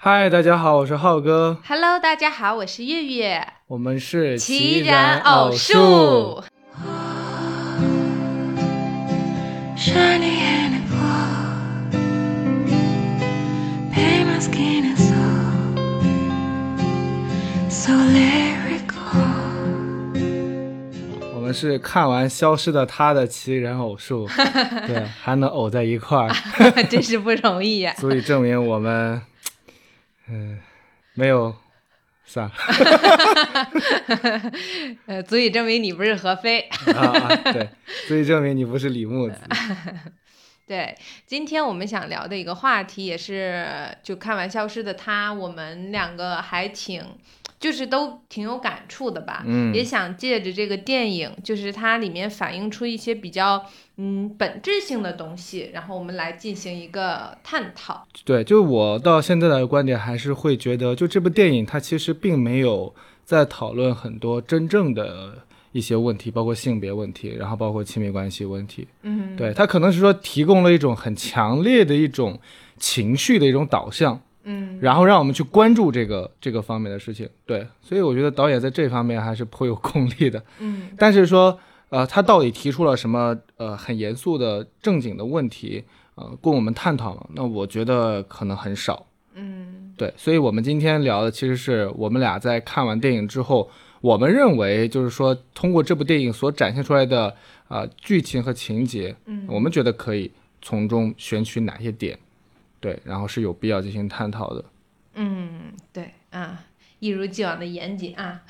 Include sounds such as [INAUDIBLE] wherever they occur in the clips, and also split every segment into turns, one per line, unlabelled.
嗨，大家好，我是浩哥，
Hello，大家好，我是月月，
我们是
奇
然
然偶
数
数。。
Shiny and it glow. Paint my skin and soul. So lyrical.
我们是看完《消失的她》的奇人偶
[LAUGHS]
数，对，还能偶在一块儿，
真是不容易呀、
足以证明我们，嗯、没有，算
[LAUGHS]
了
呃，足以证明你不是何非。 [LAUGHS]
啊啊，对，足以证明你不是李木子，
对，今天我们想聊的一个话题也是，就看完《消失的她》，我们两个还挺，就是都挺有感触的吧。
嗯
也想借着这个电影，就是它里面反映出一些比较嗯本质性的东西，然后我们来进行一个探讨。
对，就我到现在的观点，还是会觉得，就这部电影它其实并没有在讨论很多真正的一些问题，包括性别问题，然后包括亲密关系问题。
嗯，
对，它可能是说提供了一种很强烈的一种情绪的一种导向，
嗯，
然后让我们去关注这个这个方面的事情。对，所以我觉得导演在这方面还是颇有功力的。
嗯，
但是说，呃，他到底提出了什么呃很严肃的正经的问题，呃，供我们探讨吗？那我觉得可能很少。
嗯，
对，所以我们今天聊的其实是我们俩在看完电影之后，我们认为就是说通过这部电影所展现出来的啊、呃剧情和情节，
嗯
我们觉得可以从中选取哪些点，对，然后是有必要进行探讨
[LAUGHS]
的。
嗯，对啊，一如既往的严谨啊。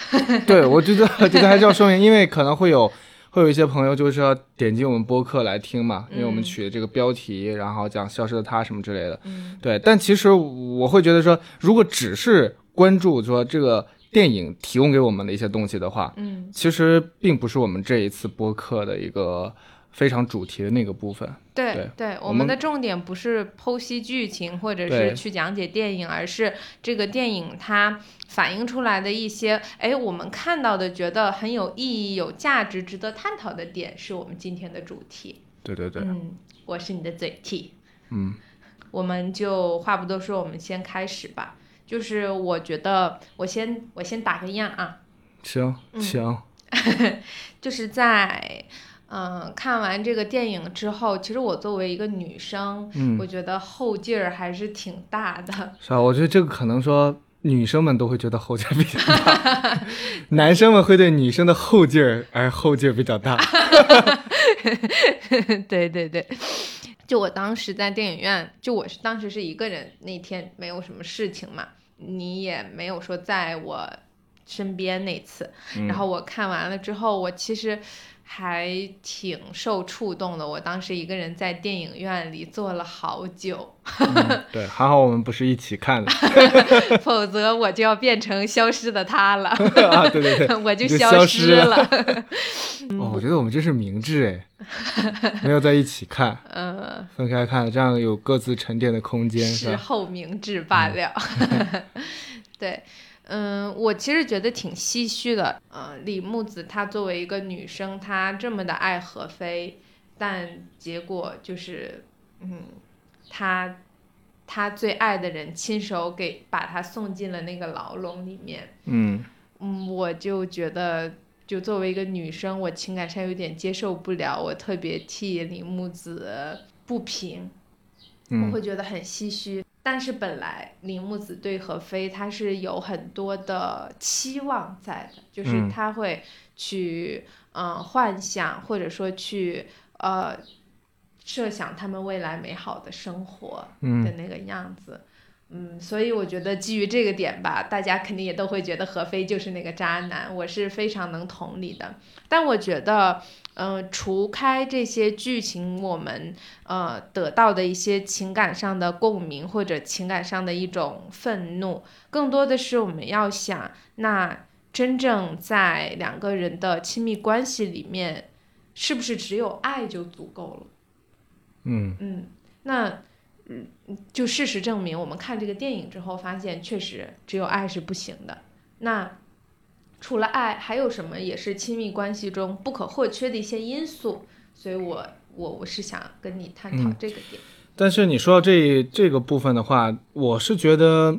对，我觉得觉得还是要说明，因为可能会有会有一些朋友就是要点进我们播客来听嘛，因为我们
嗯
取的这个标题，然后讲消失的他什么之类的。
嗯
对，但其实我会觉得说，如果只是关注说这个电影提供给我们的一些东西的话，
嗯，
其实并不是我们这一次播客的一个非常主题的那个部分。
对
对我
我
们
们的重点不是剖析剧情或者
对
是去讲解电影，而是这个电影它反映出来的一些，哎，我们看到的觉得很有意义、有价值、值得探讨的点，是我们今天的主题。
对对对，
嗯，我是你的嘴替。
嗯
我们就话不多说，我们先开始吧。就是我觉得，我先我先打个样啊，
行
嗯
行，
就是在嗯、呃看完这个电影之后，其实我作为一个女生，
嗯
我觉得后劲儿还是挺大的。
[LAUGHS] 是吧？我觉得这个可能说女生们都会觉得后劲儿比较大，
[LAUGHS]
男生们会对女生的后劲儿而后劲儿比较大。
[LAUGHS] 对对对。就我当时在电影院，就我是当时是一个人，那天没有什么事情嘛，你也没有说在我身边那次，然后我看完了之后，我其实还挺受触动的。我当时一个人在电影院里坐了好久，
嗯对，还好我们不是一起看
[LAUGHS]
的
否则我就要变成消失的他 [LAUGHS] 了。
啊！对对对，
我就
你就
消
失
失了。嗯
哦，我觉得我们真是明智哎，没有在一起
[LAUGHS]
看，
嗯，
分开看，这样有各自沉淀的空间，是
事
吧？
后明智罢了。 [LAUGHS] 对，嗯，我其实觉得挺唏嘘的。呃，李木子她作为一个女生，她这么的爱何非，但结果就是，嗯，她她最爱的人亲手给把她送进了那个牢笼里面。
嗯
嗯，我就觉得，就作为一个女生，我情感上有点接受不了，我特别替李木子不平，我
嗯
会觉得很唏嘘。但是本来李木子对何非她是有很多的期望在的，就
嗯
是她会去嗯、呃幻想，或者说去呃设想他们未来美好的生活的
嗯，
那个样子。嗯，所以我觉得基于这个点吧，大家肯定也都会觉得何非就是那个渣男，我是非常能同理的。但我觉得，嗯、除开这些剧情，我们呃得到的一些情感上的共鸣或者情感上的一种愤怒，更多的是我们要想，那真正在两个人的亲密关系里面，是不是只有爱就足够了？
嗯
嗯，那嗯，就事实证明，我们看这个电影之后发现，确实只有爱是不行的。那除了爱，还有什么也是亲密关系中不可或缺的一些因素？所以我我我是想跟你探讨
嗯
这个点。
但是你说到这这个部分的话，我是觉得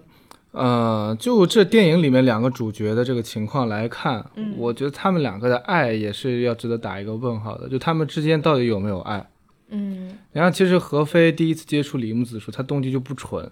呃，就这电影里面两个主角的这个情况来看，
嗯
我觉得他们两个的爱也是要值得打一个问号的，就他们之间到底有没有爱？
嗯
然后其实何非第一次接触李木子的时候，他动机就不纯，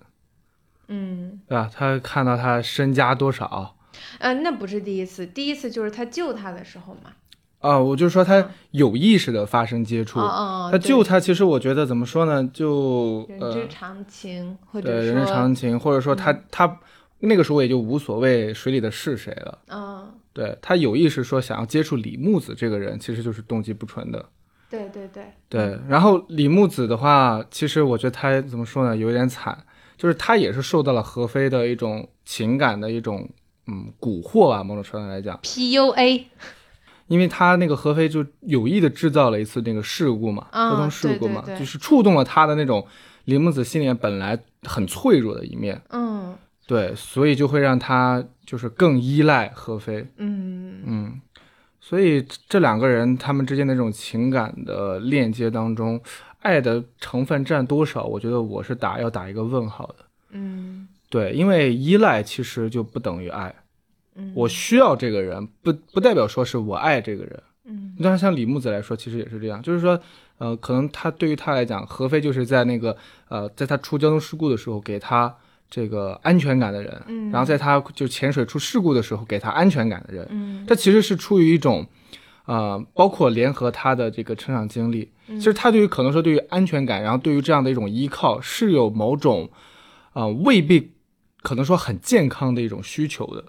嗯
对吧？他看到他身家多少啊、
呃，那不是第一次，第一次就是他救他的时候嘛。
啊我就说他有意识的发生接触，
哦哦，
他
对
救他，其实我觉得怎么说呢，就
人
呃
之，常情，或者
对
说嗯
人之常情，或者说他、他那个时候也就无所谓水里的是谁了。
嗯，
对他有意识说想要接触李木子这个人，其实就是动机不纯的。
对对对，
对，然后李木子的话，其实我觉得他怎么说呢，有点惨，就是他也是受到了何非的一种情感的一种嗯蛊惑吧，某种程度来讲，
PUA，
因为他那个何非就有意的制造了一次那个事故嘛，
嗯
交通事故嘛，
对对对
就是触动了他的那种李木子心里面本来很脆弱的一面，
嗯
对，所以就会让他就是更依赖何非，
嗯
嗯，所以这这两个人他们之间的这种情感的链接当中，爱的成分占多少？我觉得我是打要打一个问号的。
嗯
对，因为依赖其实就不等于爱。
嗯，
我需要这个人，不不代表说是我爱这个人。
嗯
当然，像李木子来说，其实也是这样，就是说，呃，可能他对于他来讲，何非就是在那个呃，在他出交通事故的时候给他这个安全感的人，
嗯
然后在他就潜水出事故的时候给他安全感的人，
嗯
这其实是出于一种，呃，包括联合他的这个成长经历，
嗯
其实他对于可能说对于安全感，然后对于这样的一种依靠，是有某种，呃，未必可能说很健康的一种需求的。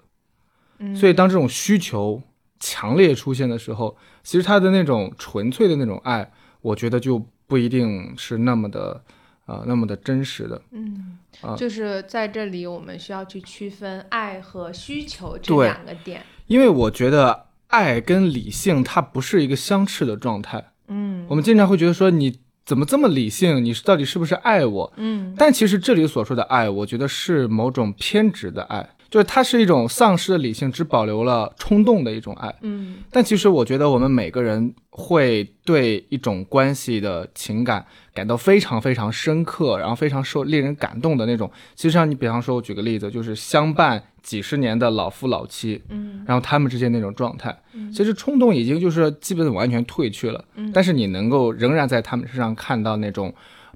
嗯
所以当这种需求强烈出现的时候，其实他的那种纯粹的那种爱，我觉得就不一定是那么的，呃，那么的真实的。
嗯
啊，
就是在这里我们需要去区分爱和需求这
对
两个点。
因为我觉得爱跟理性它不是一个相斥的状态。
嗯
我们经常会觉得说你怎么这么理性？你是到底是不是爱我？
嗯
但其实这里所说的爱，我觉得是某种偏执的爱，就是它是一种丧失了理性，只保留了冲动的一种爱。
嗯
但其实我觉得我们每个人会对一种关系的情感感到非常非常深刻，然后非常受令人感动的那种。其实像你比方说，我举个例子，就是相伴几十年的老夫老妻，
嗯
然后他们之间那种状态，
嗯
其实冲动已经就是基本完全退去了，
嗯
但是你能够仍然在他们身上看到那种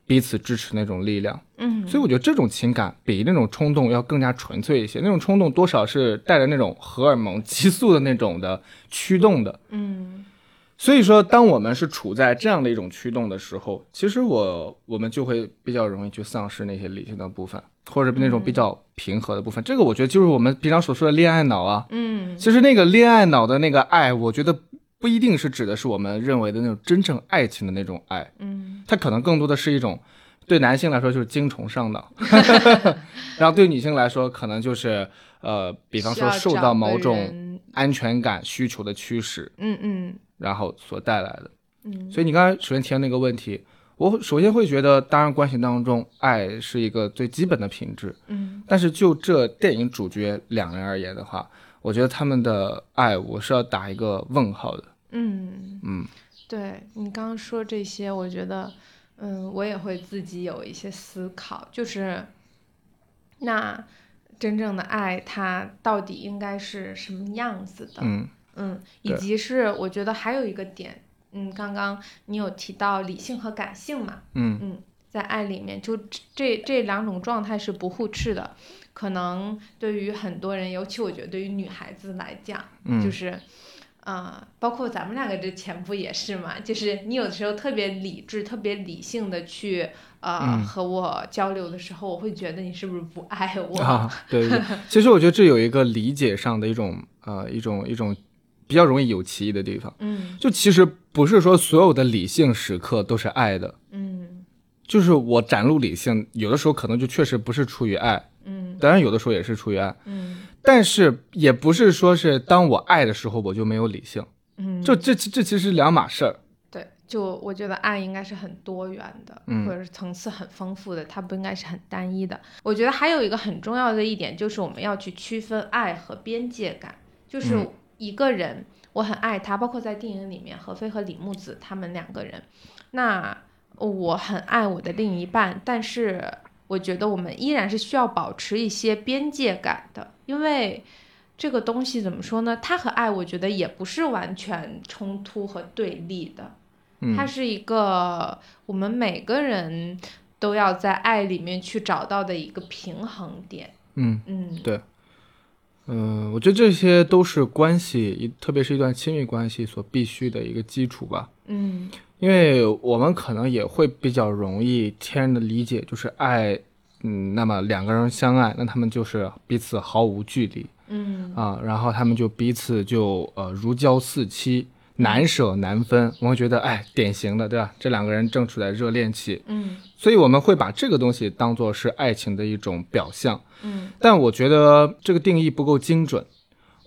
彼此支持那种力量，
嗯，
所以我觉得这种情感比那种冲动要更加纯粹一些，那种冲动多少是带着那种荷尔蒙激素的那种的驱动的，
嗯
所以说当我们是处在这样的一种驱动的时候，其实我我们就会比较容易去丧失那些理性的部分，或者那种比较平和的部分，这个我觉得就是我们平常所说的恋爱脑啊，
嗯
其实那个恋爱脑的那个爱，我觉得不一定是指的是我们认为的那种真正爱情的那种爱，
嗯
它可能更多的是一种对男性来说就是精虫上
[LAUGHS]
脑，然后对女性来说可能就是呃，比方说
需要
受
找
到
个
某种
人
安全感需求的驱使，
嗯嗯
然后所带来的。
嗯，
所以你刚才首先提到那个问题，我首先会觉得，当然关系当中爱是一个最基本的品质，
嗯
但是就这电影主角两人而言的话，我觉得他们的爱我是要打一个问号的。
嗯，
嗯，
对你刚刚说这些，我觉得，嗯，我也会自己有一些思考，就是那真正的爱，它到底应该是什么样子的？
嗯
嗯，以
对
及是我觉得还有一个点，嗯，刚刚你有提到理性和感性嘛，
嗯
嗯，在爱里面，就这这这两种状态是不互斥的。可能对于很多人，尤其我觉得对于女孩子来讲，
嗯
就是，呃，包括咱们两个之前不也是嘛？就是你有的时候特别理智、特别理性的去呃、
嗯
和我交流的时候，我会觉得你是不是不爱我？
啊，对对对。其实我觉得这有一个理解上的一种呃一种一种比较容易有歧义的地方，
嗯
就其实不是说所有的理性时刻都是爱的。
嗯
就是我展露理性，有的时候可能就确实不是出于爱，
嗯
当然有的时候也是出于爱，
嗯
但是也不是说是当我爱的时候我就没有理性，
嗯，
就这这这其实是两码事儿。
对，就我觉得爱应该是很多元的，
嗯
或者是层次很丰富的，它不应该是很单一的。我觉得还有一个很重要的一点就是我们要去区分爱和边界感，就是
嗯
一个人、我很爱他，包括在电影里面何非和李木子他们两个人，那我很爱我的另一半，但是。我觉得我们依然是需要保持一些边界感的，因为这个东西怎么说呢？它和爱，我觉得也不是完全冲突和对立的，
嗯
它是一个我们每个人都要在爱里面去找到的一个平衡点。
嗯
嗯，
对嗯、呃我觉得这些都是关系，一特别是一段亲密关系所必须的一个基础吧。
嗯，
因为我们可能也会比较容易天然的理解，就是爱，嗯，那么两个人相爱，那他们就是彼此毫无距离
嗯，
啊，然后他们就彼此就呃如胶似漆，难舍难分。我会觉得，哎，典型的，对吧？这两个人正处在热恋期，
嗯，
所以我们会把这个东西当做是爱情的一种表象。
嗯，
但我觉得这个定义不够精准，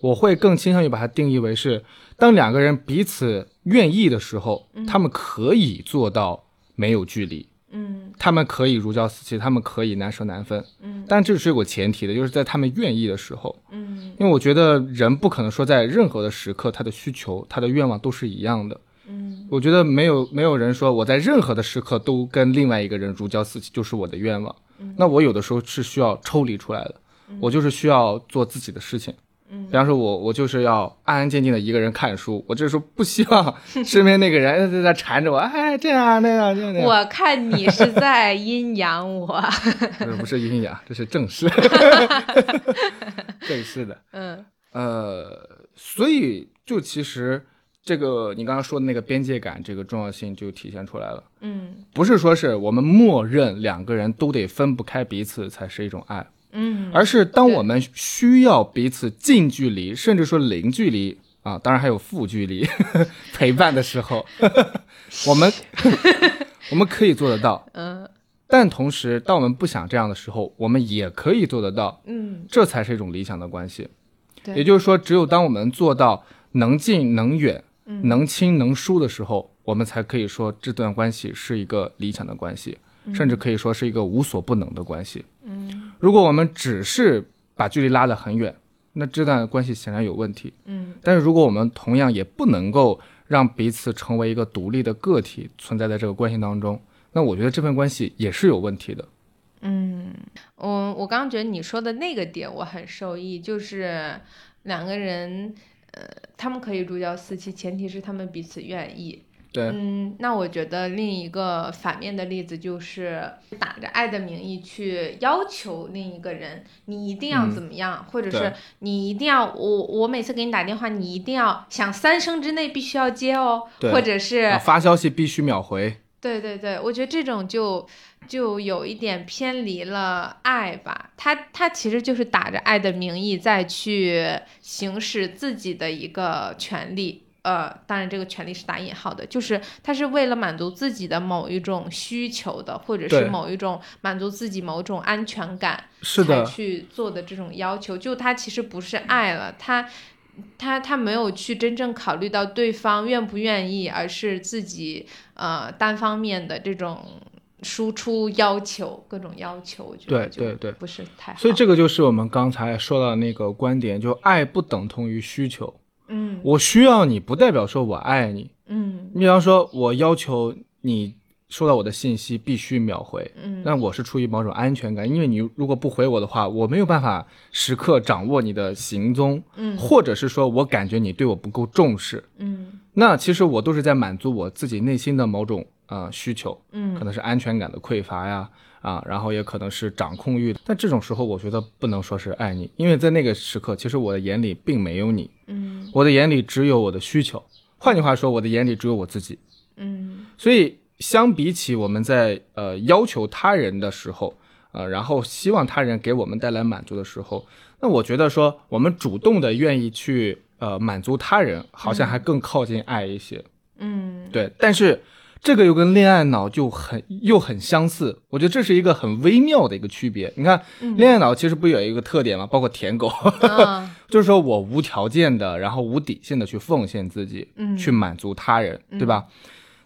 我会更倾向于把它定义为是，当两个人彼此愿意的时候，他们可以做到没有距离，
嗯，
他们可以如胶似漆，他们可以难舍难分。
嗯，
但这是有个前提的，就是在他们愿意的时候，
嗯，
因为我觉得人不可能说在任何的时刻，他的需求、他的愿望都是一样的。 [LAUGHS]
嗯，
我觉得没有没有人说我在任何的时刻都跟另外一个人如胶似漆，就是我的愿望。那我有的时候是需要抽离出来的，我就是需要做自己的事情。比方说我我就是要安安静静的一个人看书，我这时候不希望身边那个人 [LAUGHS] 在在缠着我，哎这样那样这样那样，
我看你是在阴阳我。
这不是阴阳，这是正事， [LAUGHS] 正式的。
嗯
呃，所以就其实这个你刚刚说的那个边界感这个重要性就体现出来了。
嗯
不是说是我们默认两个人都得分不开彼此才是一种爱，
嗯
而是当我们需要彼此近距离，甚至说零距离啊，当然还有负距离 [LAUGHS] 陪伴的时候， [LAUGHS] 我们 [LAUGHS] 我们可以做得到。
嗯
但同时，当我们不想这样的时候，我们也可以做得到，
嗯，
这才是一种理想的关系。
对
也就是说，只有当我们做到能近能远、
嗯
能亲能疏的时候，我们才可以说这段关系是一个理想的关系，
嗯
甚至可以说是一个无所不能的关系。嗯，如果我们只是把距离拉得很远，那这段关系显然有问题。
嗯，
但是如果我们同样也不能够让彼此成为一个独立的个体存在在这个关系当中，那我觉得这份关系也是有问题的。
我我刚刚觉得你说的那个点我很受益，就是两个人，呃，他们可以如胶似漆，前提是他们彼此愿意。
对，
嗯，那我觉得另一个反面的例子就是打着爱的名义去要求另一个人，你一定要
嗯
怎么样，或者
对
是你一定要我我每次给你打电话，你一定要想三声之内必须要接哦，
对
或者是、
啊发消息必须秒回。
对对对，我觉得这种就就有一点偏离了爱吧，他他其实就是打着爱的名义再去行使自己的一个权利，呃，当然这个权利是打引号的，就是他是为了满足自己的某一种需求的，或者
对
是某一种满足自己某种安全感，
是的，
才去做的这种要求，就他其实不是爱了，他他他没有去真正考虑到对方愿不愿意，而是自己呃单方面的这种输出要求，各种要求，我觉
对
得
对
就
对
不是太好。
所以这个就是我们刚才说到的那个观点，就爱不等同于需求。
嗯
我需要你，不代表说我爱你。
嗯
你比方说，我要求你收到我的信息必须秒回，
嗯
那我是出于某种安全感，因为你如果不回我的话，我没有办法时刻掌握你的行踪，
嗯
或者是说我感觉你对我不够重视。
嗯
那其实我都是在满足我自己内心的某种呃需求，可
嗯
能是安全感的匮乏呀，啊，然后也可能是掌控欲。但这种时候，我觉得不能说是爱你，因为在那个时刻，其实我的眼里并没有你，
嗯
我的眼里只有我的需求。换句话说，我的眼里只有我自己。
嗯
所以，相比起我们在呃要求他人的时候，呃，然后希望他人给我们带来满足的时候，那我觉得说，我们主动的愿意去呃满足他人，好像还更靠近爱一些。
嗯，
对，但是这个又跟恋爱脑就很又很相似，我觉得这是一个很微妙的一个区别。你看，
嗯
恋爱脑其实不有一个特点吗？包括舔狗， [LAUGHS]
啊
就是说我无条件的，然后无底线的去奉献自己，[LAUGHS]
嗯
去满足他人，对吧？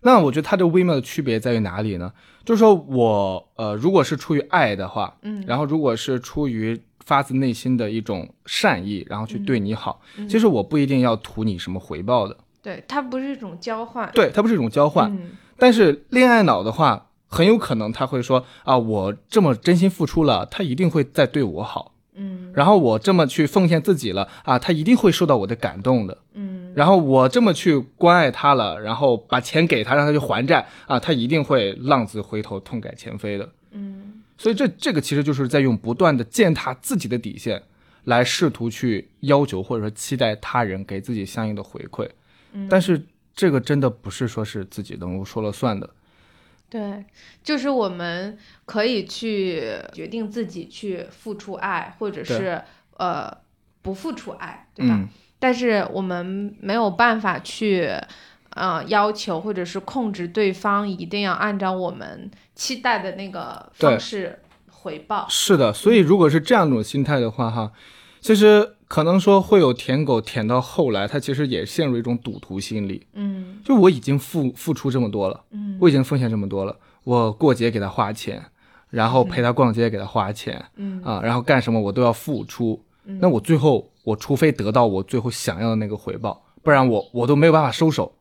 那我觉得它这微妙的区别在于哪里呢？就是说我呃，如果是出于爱的话，
嗯
然后如果是出于发自内心的一种善意，然后
嗯
去对你好，其实我不一定要图你什么回报的，
对，它不是一种交换，
对，它不是一种交换，
嗯
但是恋爱脑的话，很有可能他会说啊，我这么真心付出了，他一定会再对我好。
嗯
然后我这么去奉献自己了啊，他一定会受到我的感动的。
嗯
然后我这么去关爱他了，然后把钱给他，让他去还债啊，他一定会浪子回头，痛改前非的。
嗯
所以这这个其实就是在用不断的践踏自己的底线，来试图去要求或者说期待他人给自己相应的回馈。
嗯
但是这个真的不是说是自己能够说了算的。
对，就是我们可以去决定自己去付出爱，或者
对
是呃不付出爱，对吧？
嗯，
但是我们没有办法去，呃，要求或者是控制对方一定要按照我们期待的那个方
对
式回报。
是的。所以如果是这样一种心态的话，哈，其实可能说会有舔狗舔到后来，他其实也陷入一种赌徒心理。
嗯
就我已经付付出这么多了，
嗯
我已经奉献这么多了，我过节给他花钱，然后陪他逛街给他花钱、
嗯
啊，然后干什么我都要付出。
嗯
那我最后，我除非得到我最后想要的那个回报，不然我我都没有办法收手，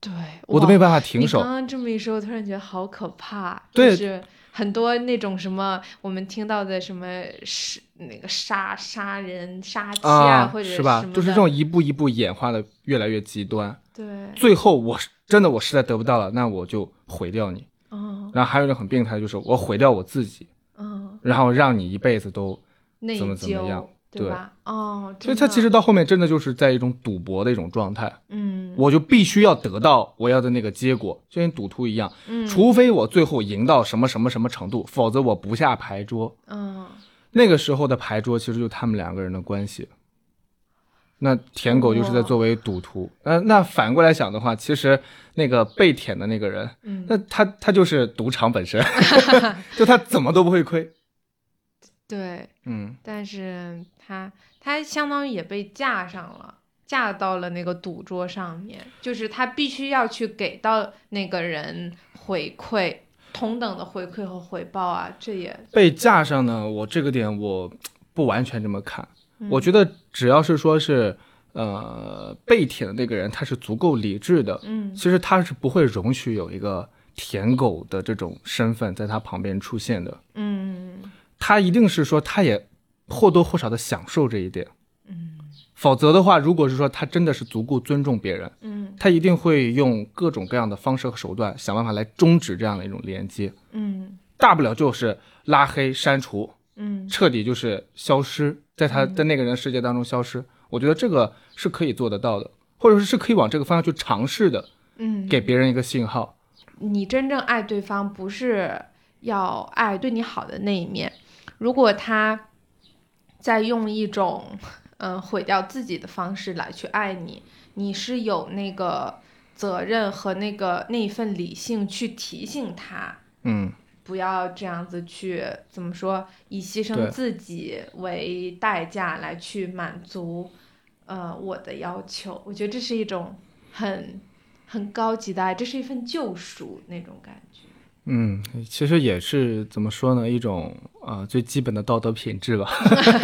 对
我都没有
哇
办法停手
你。刚刚这么一说，我突然觉得好可怕。
对
就是很多那种什么我们听到的什么是那个杀杀人、杀妻
啊，
或者
是吧
什？么
就是
的
这种一步一步演化的越来越极端，
对，
最后我是真的我实在得不到了，那我就毁掉你。
嗯
然后还有一种很病态，就是我毁掉我自己，
嗯，
然后让你一辈子都
内
怎么怎么
疚
样，
对
对
吧？哦，
所以
真
他
的
其实到后面真的就是在一种赌博的一种状态，
嗯
我就必须要得到我要的那个结果，就跟赌徒一样，
嗯
除非我最后赢到什么什么什么程度，否则我不下牌桌。
嗯
那个时候的牌桌其实就他们两个人的关系。那舔狗就是在作为赌徒，那那反过来想的话，其实那个被舔的那个人，
嗯，
那他他就是赌场本身， [LAUGHS] 就他怎么都不会亏。
对，
嗯，
但是他他相当于也被架上了。架到了那个赌桌上面，就是他必须要去给到那个人回馈，同等的回馈和回报啊，这也
被架上呢，我这个点我不完全这么看，我觉得只要是说是呃被舔的那个人他是足够理智的，
嗯
其实他是不会容许有一个舔狗的这种身份在他旁边出现的，
嗯
他一定是说他也或多或少的享受这一点，
嗯
否则的话，如果是说他真的是足够尊重别人，
嗯
他一定会用各种各样的方式和手段想办法来终止这样的一种连接，
嗯
大不了就是拉黑、删除，
嗯
彻底就是消失，在他在那个人的世界当中消失。我觉得这个是可以做得到的，或者说是可以往这个方向去尝试的，
嗯，
给别人一个信号。
你真正爱对方，不是要爱对你好的那一面。如果他在用一种嗯毁掉自己的方式来去爱你，你是有那个责任和那个那一份理性去提醒他，
嗯，
不要这样子去怎么说，以牺牲
对
自己为代价来去满足呃我的要求。我觉得这是一种很很高级的爱，这是一份救赎那种感觉。
嗯，其实也是怎么说呢，一种呃最基本的道德品质吧。 [LAUGHS]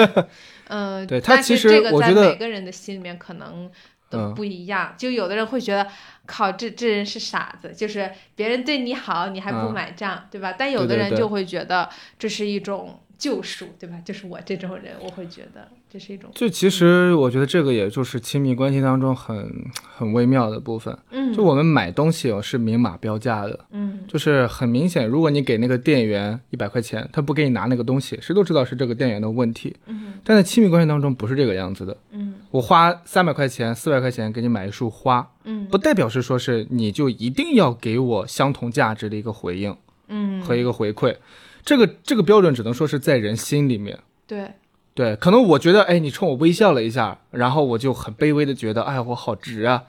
呃，
对
但
他其
是
实
这个
我
在
觉得
每个人的心里面可能都
嗯
不一样，就有的人会觉得靠这这人是傻子，就是别人对你好你还不
嗯
买账，对吧？但有的
对对
人
对
就会觉得这是一种救赎，对吧？就是我这种人，我会觉得这是一种
就其实我觉得这个也就是亲密关系当中很很微妙的部分。
嗯
就我们买东西哦是明码标价的，
嗯
就是很明显，如果你给那个店员一百块钱，他不给你拿那个东西，谁都知道是这个店员的问题。
嗯
但在亲密关系当中不是这个样子的。
嗯
我花三百块钱、四百块钱给你买一束花，
嗯
不代表是说是你就一定要给我相同价值的一个回应
嗯
和一个回馈。这个这个标准只能说是在人心里面。
对
对，可能我觉得，哎，你冲我微笑了一下，然后我就很卑微的觉得，哎，我好值啊。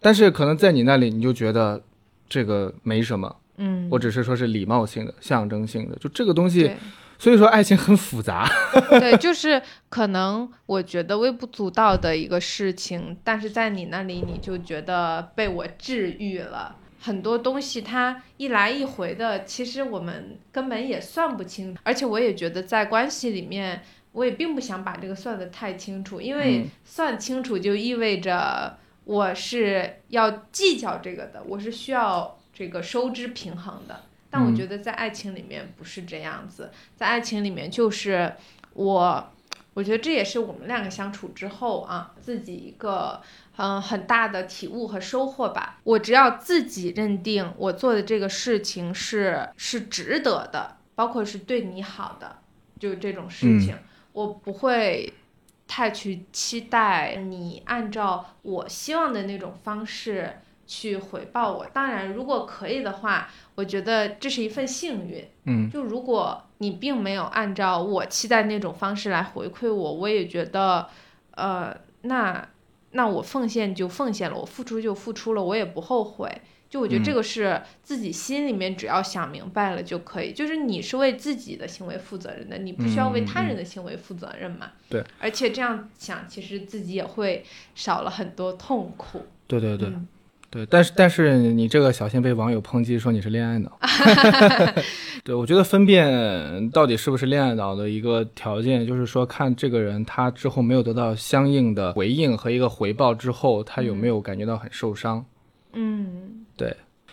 但是可能在你那里，你就觉得这个没什么，
嗯
我只是说是礼貌性的、象征性的，就这个东西。
对
所以说，爱情很复杂。
对，就是可能我觉得微不足道的一个事情，但是在你那里你就觉得被我治愈了。很多东西它一来一回的，其实我们根本也算不清，而且我也觉得在关系里面，我也并不想把这个算得太清楚，因为
嗯
算清楚就意味着我是要计较这个的，我是需要这个收支平衡的。但我
嗯
觉得在爱情里面不是这样子，在爱情里面就是我，我觉得这也是我们两个相处之后啊，自己一个嗯很大的体悟和收获吧。我只要自己认定我做的这个事情是是值得的，包括是对你好的，就是这种事情，我不会太去期待你按照我希望的那种方式去回报我。当然，如果可以的话，我觉得这是一份幸运。
嗯
就如果你并没有按照我期待那种方式来回馈我，我也觉得，呃，那那我奉献就奉献了，我付出就付出了，我也不后悔。就我觉得
嗯
这个是自己心里面只要想明白了就可以，就是你是为自己的行为负责任的，你不需要为
嗯嗯
他
嗯
人的行为负责任嘛。
对，
而且这样想，其实自己也会少了很多痛苦。
[LAUGHS] 对对对、
嗯
对，但是但是你这个小心被网友抨击说你是恋爱脑。 [LAUGHS] 对，我觉得分辨到底是不是恋爱脑的一个条件，就是说看这个人他之后没有得到相应的回应和一个回报之后，他有没有感觉到很受伤。
嗯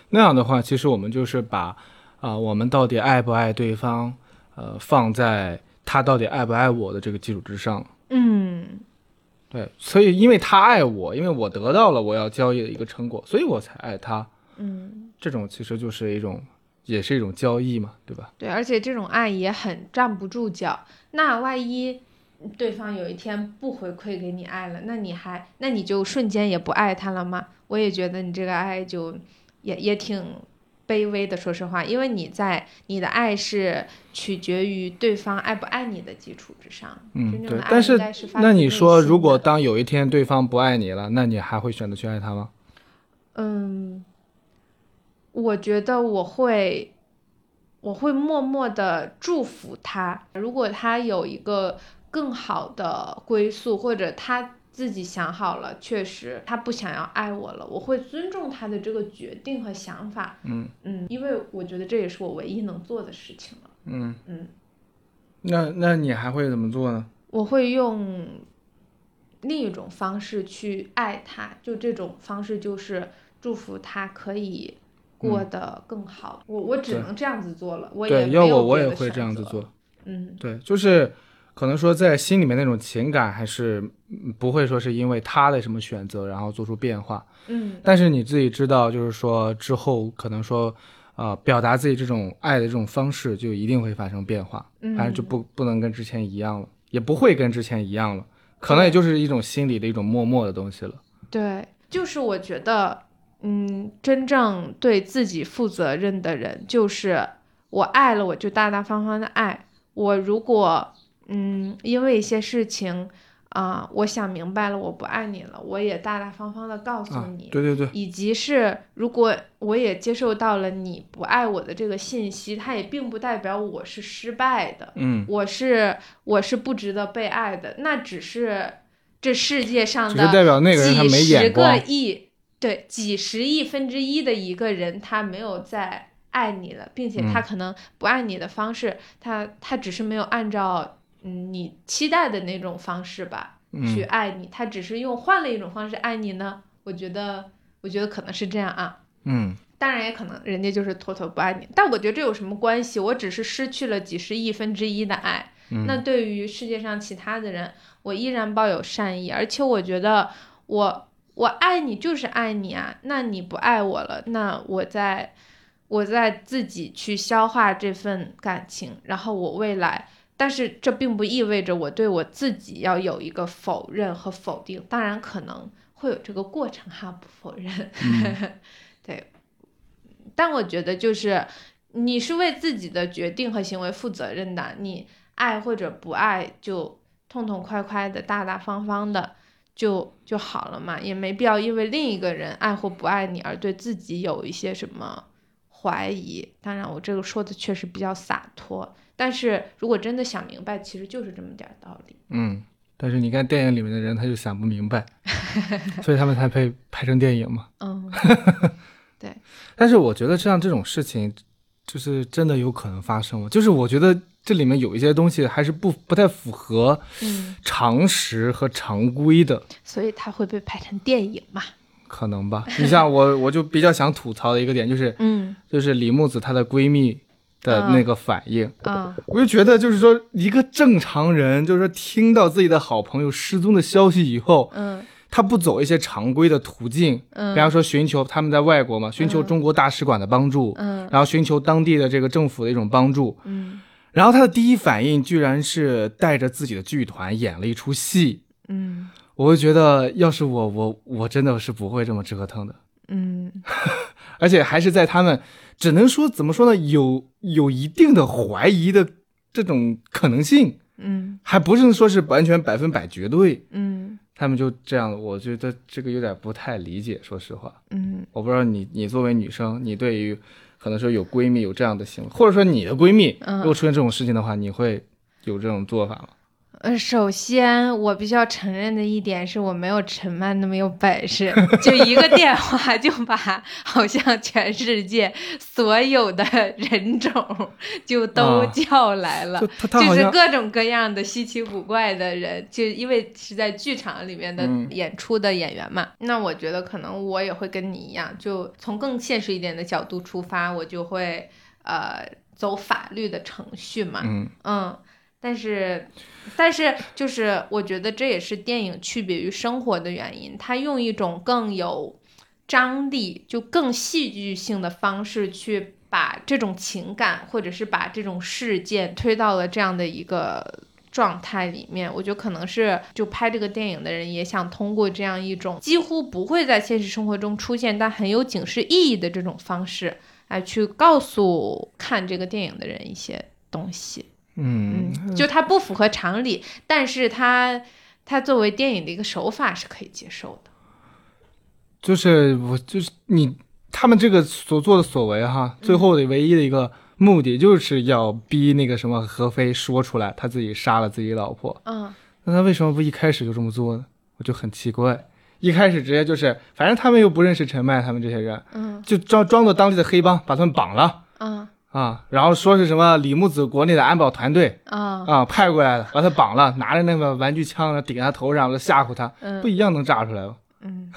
那样的话，其实我们就是把啊、我们到底爱不爱对方，呃，放在他到底爱不爱我的这个基础之上。
嗯
对，所以因为他爱我，因为我得到了我要交易的一个成果，所以我才爱他。
嗯。
这种其实就是一种，也是一种交易嘛，对吧？
对，而且这种爱也很站不住脚。那万一对方有一天不回馈给你爱了，那你还那你就瞬间也不爱他了吗？我也觉得你这个爱就也也挺卑微的，说实话，因为你在你的爱是取决于对方爱不爱你的基础之上。
嗯，
真正
对
的。爱
但
应
是
该是发
那
自
你
内
说，
心
如果
的
当有一天对方不爱你了，那你还会选择去爱他吗？
嗯，我觉得我会，我会默默的祝福他。如果他有一个更好的归宿，或者他自己想好了，确实他不想要爱我了，我会尊重他的这个决定和想法。
嗯
嗯，因为我觉得这也是我唯一能做的事情了。
嗯，
嗯，
那那你还会怎么做呢？
我会用另一种方式去爱他，就这种方式就是祝福他可以过得更好。我我
嗯
只
对
能这样子做了，我也
对，
没
要
有
我我
别
也
的
会这
选
样子
择。
做。
嗯
对，就是可能说在心里面那种情感，还是嗯不会说是因为他的什么选择然后做出变化。
嗯
但是你自己知道，就是说之后可能说，呃，表达自己这种爱的这种方式，就一定会发生变化，
嗯
反正就不不能跟之前一样了，也不会跟之前一样了，可能也就是一种心理的一种默默的东西了。
对，就是我觉得，嗯，真正对自己负责任的人，就是我爱了，我就大大方方的爱。我如果，嗯，因为一些事情啊、我想明白了，我不爱你了，我也大大方方的告诉
啊
你。，
对对对，
以及是，如果我也接受到了你不爱我的这个信息，它也并不代表我是失败的。
嗯，
我是我是不值得被爱的，那只是这世界上
只是代
的
表那个人他
几
没
十
眼
个
光。
亿，对，几十亿分之一的一个人，他没有在爱你了，并且
嗯
他可能不爱你的方式，他他只是没有按照嗯你期待的那种方式吧去
嗯，
爱你，他只是用换了一种方式爱你呢，我觉得我觉得可能是这样啊。
嗯，
当然也可能人家就是妥妥不爱你，但我觉得这有什么关系？我只是失去了几十亿分之一的爱。
嗯
那对于世界上其他的人，我依然抱有善意，而且我觉得我我爱你就是爱你啊。那你不爱我了，那我在我在自己去消化这份感情，然后我未来。但是这并不意味着我对我自己要有一个否认和否定，当然可能会有这个过程哈，不否认。对，但我觉得就是你是为自己的决定和行为负责任的，你爱或者不爱就痛痛快快的、大大方方的就就好了嘛，也没必要因为另一个人爱或不爱你而对自己有一些什么怀疑。当然，我这个说的确实比较洒脱，但是如果真的想明白，其实就是这么点儿道理。
嗯。但是你看电影里面的人，他就想不明
[LAUGHS]
白，所以他们才被拍成电影嘛。
[LAUGHS] 嗯对，
但是我觉得像这种事情，就是真的有可能发生吗？就是我觉得这里面有一些东西还是不不太符合
嗯，
常识和常规的，
所以它会被拍成电影嘛？
可能
[LAUGHS]
吧。你像我，我就比较想吐槽的一个点就是，
嗯
就是李木子她的闺蜜的那个反应，
嗯
我就觉得就是说，一个正常人，就是说听到自己的好朋友失踪的消息以后，
嗯
他不走一些常规的途径，比
嗯
方说寻求他们在外国嘛，寻求中国大使馆的帮助，
嗯
然后寻求当地的这个政府的一种帮助，
嗯
然后他的第一反应居然是带着自己的剧团演了一出戏。
嗯
我会觉得，要是我，我我真的是不会这么折腾的，
嗯
而且还是在他们只能说怎么说呢，有有一定的怀疑的这种可能性，
嗯
还不是说是完全百分百绝对，
嗯
他们就这样，我觉得这个有点不太理解，说实话。
嗯
我不知道你，你作为女生，你对于可能说有闺蜜有这样的行为，或者说你的闺蜜
嗯
如果出现这种事情的话，你会有这种做法吗？
呃，首先我必须要承认的一点是我没有陈曼那么有本事， [LAUGHS] 就一个电话就把好像全世界所有的人种就都
啊
叫来了。
就她她
就
好
是
像
各种各样的稀奇古怪的人，就因为是在剧场里面的
嗯
演出的演员嘛。那我觉得可能我也会跟你一样，就从更现实一点的角度出发，我就会呃走法律的程序嘛。
嗯
嗯，但是，但是就是我觉得这也是电影区别于生活的原因，它用一种更有张力、就更戏剧性的方式去把这种情感或者是把这种事件推到了这样的一个。状态里面，我觉得可能是就拍这个电影的人也想通过这样一种几乎不会在现实生活中出现但很有警示意义的这种方式，来去告诉看这个电影的人一些东西。
嗯，
嗯，就它不符合常理，但是它它作为电影的一个手法是可以接受的。
就是我就是你他们这个所做的所为哈，最后
嗯
的唯一的一个目的就是要逼那个什么何非说出来他自己杀了自己老婆，
嗯
那他为什么不一开始就这么做呢？我就很奇怪。一开始直接就是，反正他们又不认识陈麦他们这些人，
嗯
就装装作当地的黑帮把他们绑了，
嗯
啊，然后说是什么李木子国内的安保团队
啊
啊派过来的，把他绑了，拿着那个玩具枪顶他头上，吓唬他，不
嗯
一样能炸出来吗？
嗯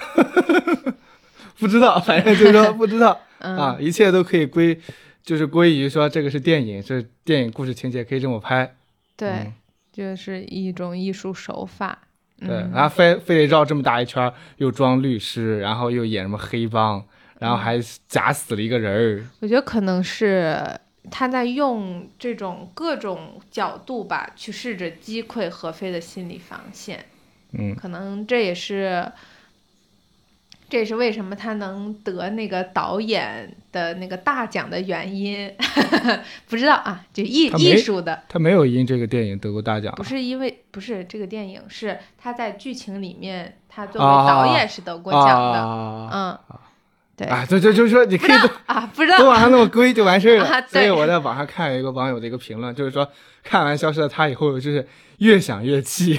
不知
[LAUGHS]
道，反正就是说不知道
嗯
啊，一切都可以归，就是归于说这个是电影，这电影故事情节可以这么拍，
对，就是一种艺术手法。
嗯对，
嗯
啊然后非非得绕这么大一圈儿，又装律师，然后又演什么黑帮，然后还假死了一个人儿，
我觉得可能是他在用这种各种角度吧，去试着击溃何非的心理防线。
嗯
可能这也是，这也是为什么他能得那个导演的那个大奖的原因。 [LAUGHS] 不知道啊，就艺
他没
艺术的，
他没有因这个电影得过大奖
不，是因为不是这个电影，是他在剧情里面，他作
啊
为导演是得过奖的。
啊
嗯，对
啊，就就就是说你可以多
啊，不知道
都往上那么归就完事儿了。
[LAUGHS] 啊
所
对
以我在网上看有一个网友的一个评论，就是说看完《消失的她》以后，就是越想越
[LAUGHS]
气，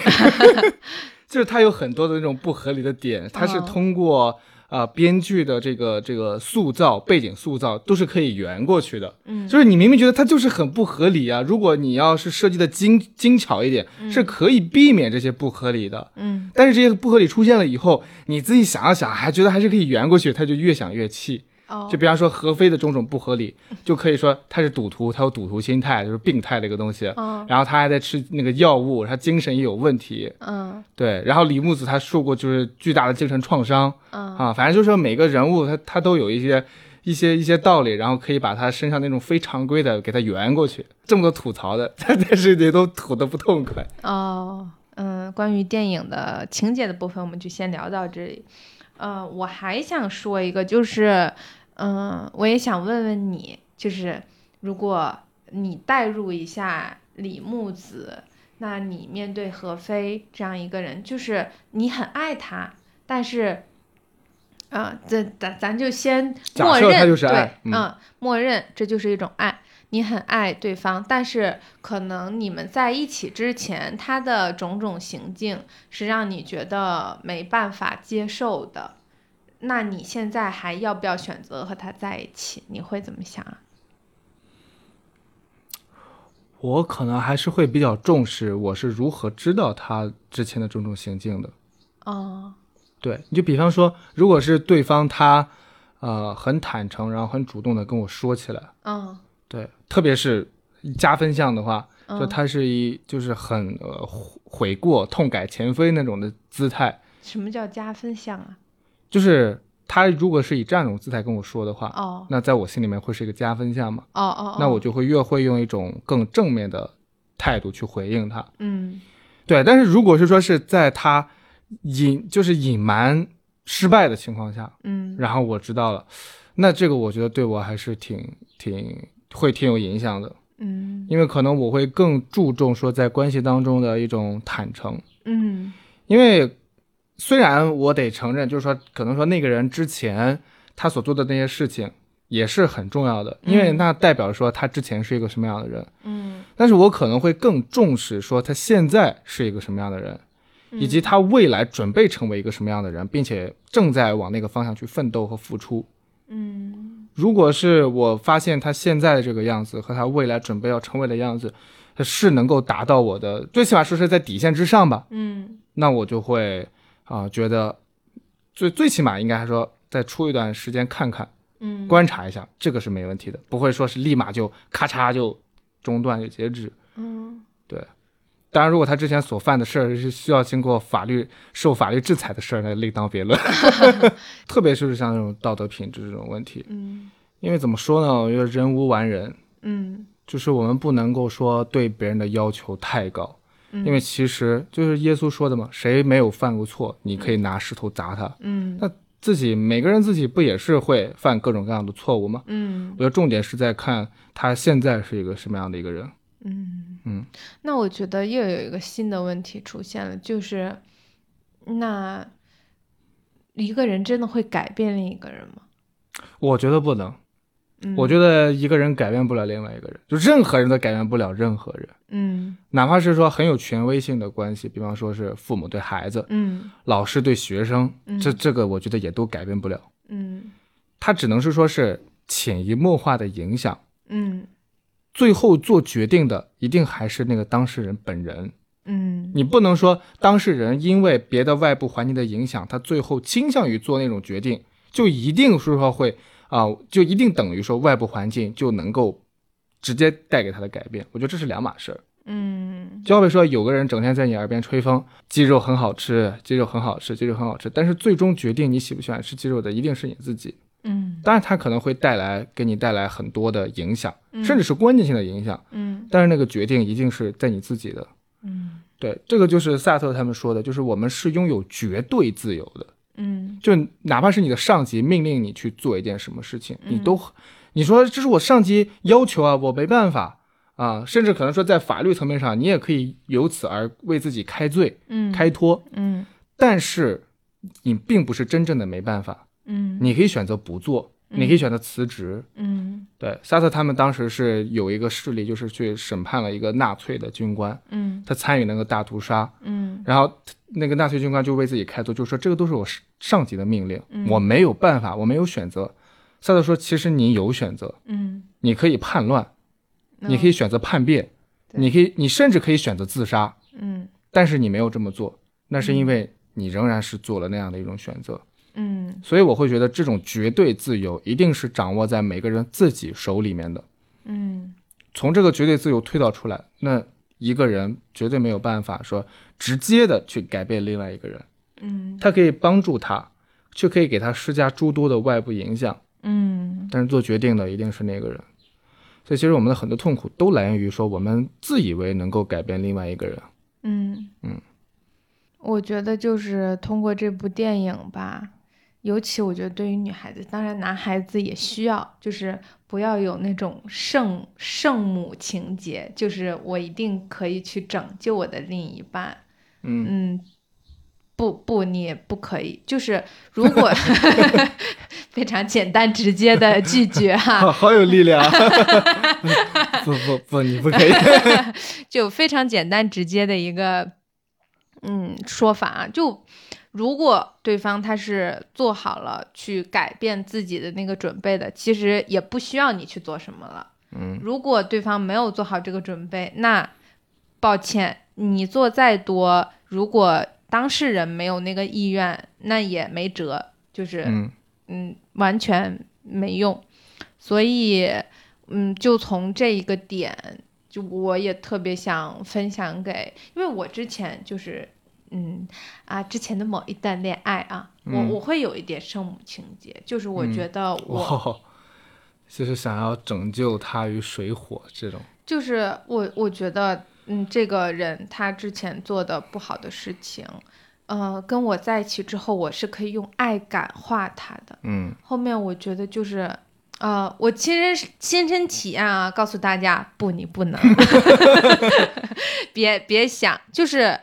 就是他有很多的那种不合理的点，他是
哦
通过啊、呃编剧的这个这个塑造背景塑造都是可以圆过去的。
嗯
就是你明明觉得它就是很不合理啊，如果你要是设计的精精巧一点，是可以避免这些不合理的。
嗯
但是这些不合理出现了以后，你自己想了想，还觉得还是可以圆过去，他就越想越气。
哦嗯
就比方说何非的种种不合理，就可以说他是赌徒，他有赌徒心态，就是病态的一个东西。
嗯
然后他还在吃那个药物，他精神也有问题。
嗯
对，然后李木子他受过就是巨大的精神创伤
嗯
啊，反正就是说每个人物他他都有一些一些一些道理，然后可以把他身上那种非常规的给他圆过去。这么多吐槽的， [LAUGHS] 但但是也都吐的不痛快。
哦，嗯，关于电影的情节的部分，我们就先聊到这里。呃，我还想说一个，就是，嗯、我也想问问你，就是如果你代入一下李木子，那你面对何非这样一个人，就是你很爱他，但是。啊、咱咱咱就先
假
默
设
认
他就是爱
对，
嗯
嗯，默认这就是一种爱，你很爱对方，但是可能你们在一起之前，他的种种行径是让你觉得没办法接受的。那你现在还要不要选择和他在一起？你会怎么想啊？
我可能还是会比较重视我是如何知道他之前的种种行径的。
哦，
对，你就比方说，如果是对方他呃很坦诚，然后很主动的跟我说起来，
嗯
对，特别是加分项的话，就
嗯，
他是一就是很呃悔悔过、痛改前非那种的姿态，
什么叫加分项啊？
就是他如果是以这样一种姿态跟我说的话，
哦
那在我心里面会是一个加分项嘛，
哦哦，
那
哦
我就会越会用一种更正面的态度去回应他。
嗯
对，但是如果是说是在他隐就是隐瞒失败的情况下，
嗯
然后我知道了，那这个我觉得对我还是挺挺会挺有影响的，
嗯
因为可能我会更注重说在关系当中的一种坦诚，
嗯
因为虽然我得承认，就是说可能说那个人之前他所做的那些事情也是很重要的，因为
嗯
那代表说他之前是一个什么样的人，
嗯，
但是我可能会更重视说他现在是一个什么样的人。以及
嗯
他未来准备成为一个什么样的人，并且正在往那个方向去奋斗和付出。
嗯
如果是我发现他现在的这个样子和他未来准备要成为的样子，他是能够达到我的，最起码说是在底线之上吧，
嗯
那我就会啊、觉得最最起码应该还说再出一段时间看看，
嗯，
观察一下，这个是没问题的，不会说是立马就咔嚓就中断就截止。
嗯
当然，如果他之前所犯的事儿是需要经过法律受法律制裁的事儿，那另当别论。特别是像这种道德品质这种问题，
嗯
因为怎么说呢？我觉得人无完人，
嗯
就是我们不能够说对别人的要求太高，
嗯
因为其实就是耶稣说的嘛，谁没有犯过错，你可以拿石头砸他。
嗯
那自己每个人自己不也是会犯各种各样的错误吗？
嗯
我觉得重点是在看他现在是一个什么样的一个人。
嗯
嗯，
那我觉得又有一个新的问题出现了，就是那一个人真的会改变另一个人吗？
我觉得不能。
嗯，
我觉得一个人改变不了另外一个人，就任何人都改变不了任何人，
嗯
哪怕是说很有权威性的关系，比方说是父母对孩子、
嗯
老师对学生，
嗯
这这个我觉得也都改变不了，
嗯
他只能是说是潜移默化的影响，
嗯
最后做决定的一定还是那个当事人本人。
嗯
你不能说当事人因为别的外部环境的影响，他最后倾向于做那种决定，就一定是说会啊、就一定等于说外部环境就能够直接带给他的改变。我觉得这是两码事儿。
嗯
就好比说有个人整天在你耳边吹风，鸡肉很好吃，鸡肉很好吃，鸡肉很好吃，但是最终决定你喜不喜欢吃鸡肉的一定是你自己。
嗯
当然，它可能会带来给你带来很多的影响，
嗯
甚至是关键性的影响，
嗯
但是那个决定一定是在你自己的。
嗯
对，这个就是萨特他们说的，就是我们是拥有绝对自由的，
嗯
就哪怕是你的上级命令你去做一件什么事情，你
嗯
都，你说这是我上级要求啊，我没办法啊，甚至可能说在法律层面上，你也可以由此而为自己开罪、
嗯
开脱，
嗯
但是你并不是真正的没办法，
嗯
你可以选择不做，你可以选择辞职。
嗯
对，萨特他们当时是有一个事例，就是去审判了一个纳粹的军官，
嗯
他参与那个大屠杀，
嗯
然后那个纳粹军官就为自己开脱，就说这个都是我上上级的命令，
嗯
我没有办法，我没有选择。萨特说，其实你有选择，
嗯，
你可以叛乱，你可以选择叛变，
对
你可以，你甚至可以选择自杀，
嗯
但是你没有这么做，那是因为你仍然是做了那样的一种选择。
嗯
所以我会觉得这种绝对自由一定是掌握在每个人自己手里面的。
嗯
从这个绝对自由推导出来，那一个人绝对没有办法说直接的去改变另外一个人。
嗯
它可以帮助他，却可以给他施加诸多的外部影响，
嗯
但是做决定的一定是那个人。所以，其实我们的很多痛苦都来源于说我们自以为能够改变另外一个人。
嗯
嗯，
我觉得就是通过这部电影吧，尤其我觉得对于女孩子，当然男孩子也需要，就是不要有那种圣圣母情节，就是我一定可以去拯救我的另一半。
嗯，
嗯，不不，你也不可以。就是如
[LAUGHS]
果非常简单直接的拒绝哈、
好好有力
[LAUGHS]
量。 [LAUGHS] 不不不，你不可以。
就非常简单直接的一个嗯说法啊，就如果对方他是做好了去改变自己的那个准备的，其实也不需要你去做什么了。
嗯，
如果对方没有做好这个准备，那抱歉，你做再多，如果当事人没有那个意愿，那也没辙，就是
嗯
嗯，完全没用。所以，嗯，就从这一个点，就我也特别想分享给，因为我之前就是，嗯啊，之前的某一段恋爱啊，
嗯
我我会有一点圣母情节，就是我
嗯
觉得我、
哇，就是想要拯救他于水火这种，
就是我，我觉得，嗯，这个人他之前做的不好的事情，呃，跟我在一起之后，我是可以用爱感化他的。
嗯
后面我觉得就是，呃，我亲身亲身体验啊，告诉大家，不，你不能， [LAUGHS] 别别想，就是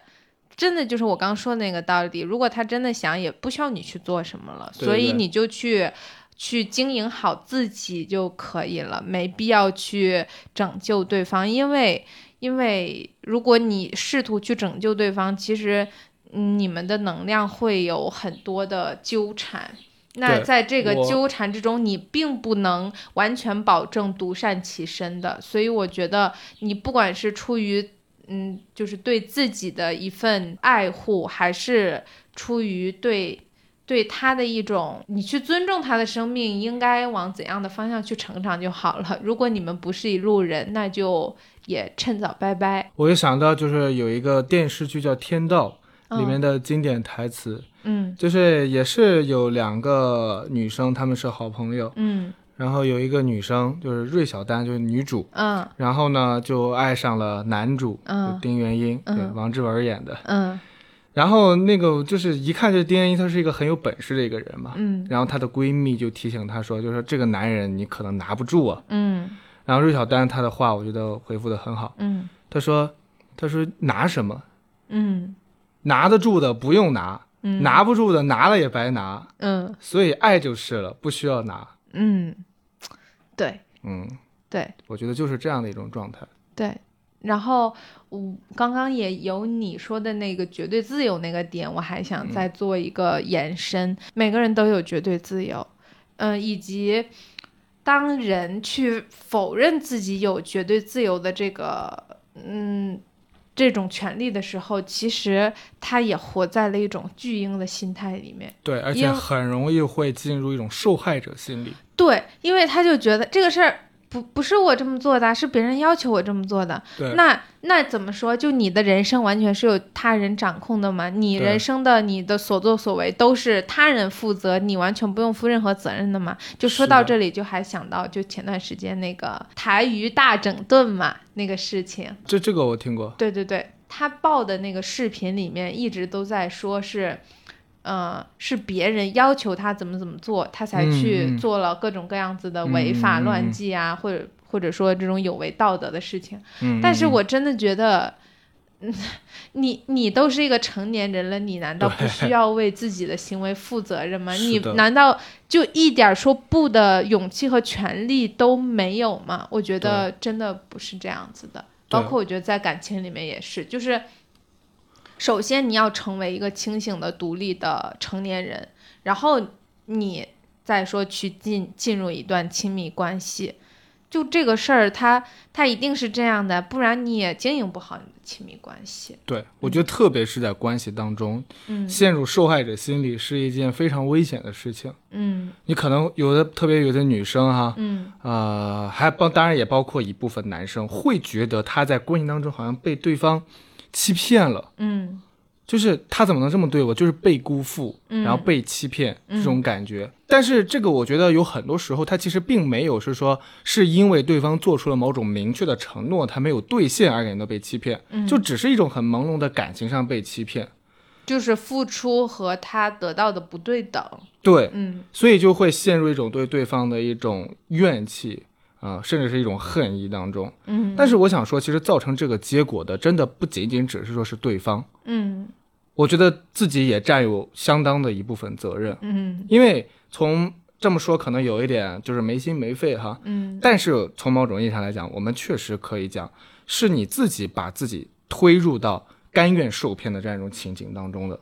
真的就是我刚说那个道理，如果他真的想，也不需要你去做什么了，
对
所以
对
你就去。去经营好自己就可以了，没必要去拯救对方，因为因为如果你试图去拯救对方，其实嗯你们的能量会有很多的纠缠。那
对
在这个
我
纠缠之中，你并不能完全保证独善其身的，所以我觉得你不管是出于嗯，就是对自己的一份爱护，还是出于对对他的一种，你去尊重他的生命，应该往怎样的方向去成长就好了。如果你们不是一路人，那就也趁早拜拜。
我就想到就是有一个电视剧叫《天道》，
嗯
里面的经典台词，
嗯
就是也是有两个女生，她们是好朋友，
嗯
然后有一个女生就是芮小丹，就是女主，
嗯
然后呢就爱上了男主，
嗯
就丁元英，对
嗯
王志文演的。
嗯
然后那个就是一看就是丁元英，她是一个很有本事的一个人嘛。
嗯
然后她的闺蜜就提醒她说，就说这个男人你可能拿不住啊。
嗯
然后芮小丹她的话，我觉得回复的很好，
嗯
她说，她说拿什么？
嗯
拿得住的不用拿，
嗯，
拿不住的拿了也白拿，
嗯
所以爱就是了，不需要拿。
嗯，对
嗯，
对
我觉得就是这样的一种状态。
对。然后我刚刚也有你说的那个绝对自由那个点，我还想再做一个延伸。每个人都有绝对自由，嗯、以及当人去否认自己有绝对自由的这个嗯这种权利的时候，其实他也活在了一种巨婴的心态里面。
对，而
因
且
为
很容易会进入一种受害者心理。
对，因为他就觉得这个事儿不不是我这么做的，是别人要求我这么做的。
对，
那那怎么说？就你的人生完全是由他人掌控的嘛？你
对
人生的你的所作所为都是他人负责，你完全不用负任何责任的嘛？就说
是
到
的
这里，就还想到就前段时间那个台娱大整顿嘛那个事情，
这这个我听过。
对对对，他报的那个视频里面一直都在说是。呃，是别人要求他怎么怎么做，他才
嗯
去
嗯
做了各种各样子的违法
嗯嗯嗯
乱
嗯
纪啊，或者或者说这种有违道德的事情。
嗯，
但是
嗯
我真的觉得，嗯， [LAUGHS] 你你都是一个成年人了，你难道不
对
需要为自己的行为负责任吗？
是
你
的
难道就一点说不的勇气和权利都没有吗？我觉得真的不是这样子的。包
对
括我觉得在感情里面也是，就是首先你要成为一个清醒的、独立的成年人，然后你再说去进进入一段亲密关系，就这个事儿，它它一定是这样的，不然你也经营不好你的亲密关系。
对，我觉得特别是在关系当中，
嗯
陷入受害者心理是一件非常危险的事情。
嗯
你可能有的，特别有的女生哈、
嗯
呃，还包当然也包括一部分男生会觉得他在关系当中好像被对方欺骗了，
嗯
就是他怎么能这么对我，就是被辜负，
嗯
然后被欺骗这种感觉。但是这个我觉得有很多时候他其实并没有是说是因为对方做出了某种明确的承诺，他没有兑现而感到被欺骗，
嗯，
就只是一种很朦胧的感情上被欺骗。
就是付出和他得到的不对等。
对，
嗯
所以就会陷入一种对对方的一种怨气啊、甚至是一种恨意当中。
嗯
但是我想说，其实造成这个结果的，真的不仅仅只是说是对方，
嗯
我觉得自己也占有相当的一部分责任，
嗯
因为从这么说可能有一点就是没心没肺哈，
嗯
但是从某种意义上来讲，我们确实可以讲，是你自己把自己推入到甘愿受骗的这样一种情景当中的。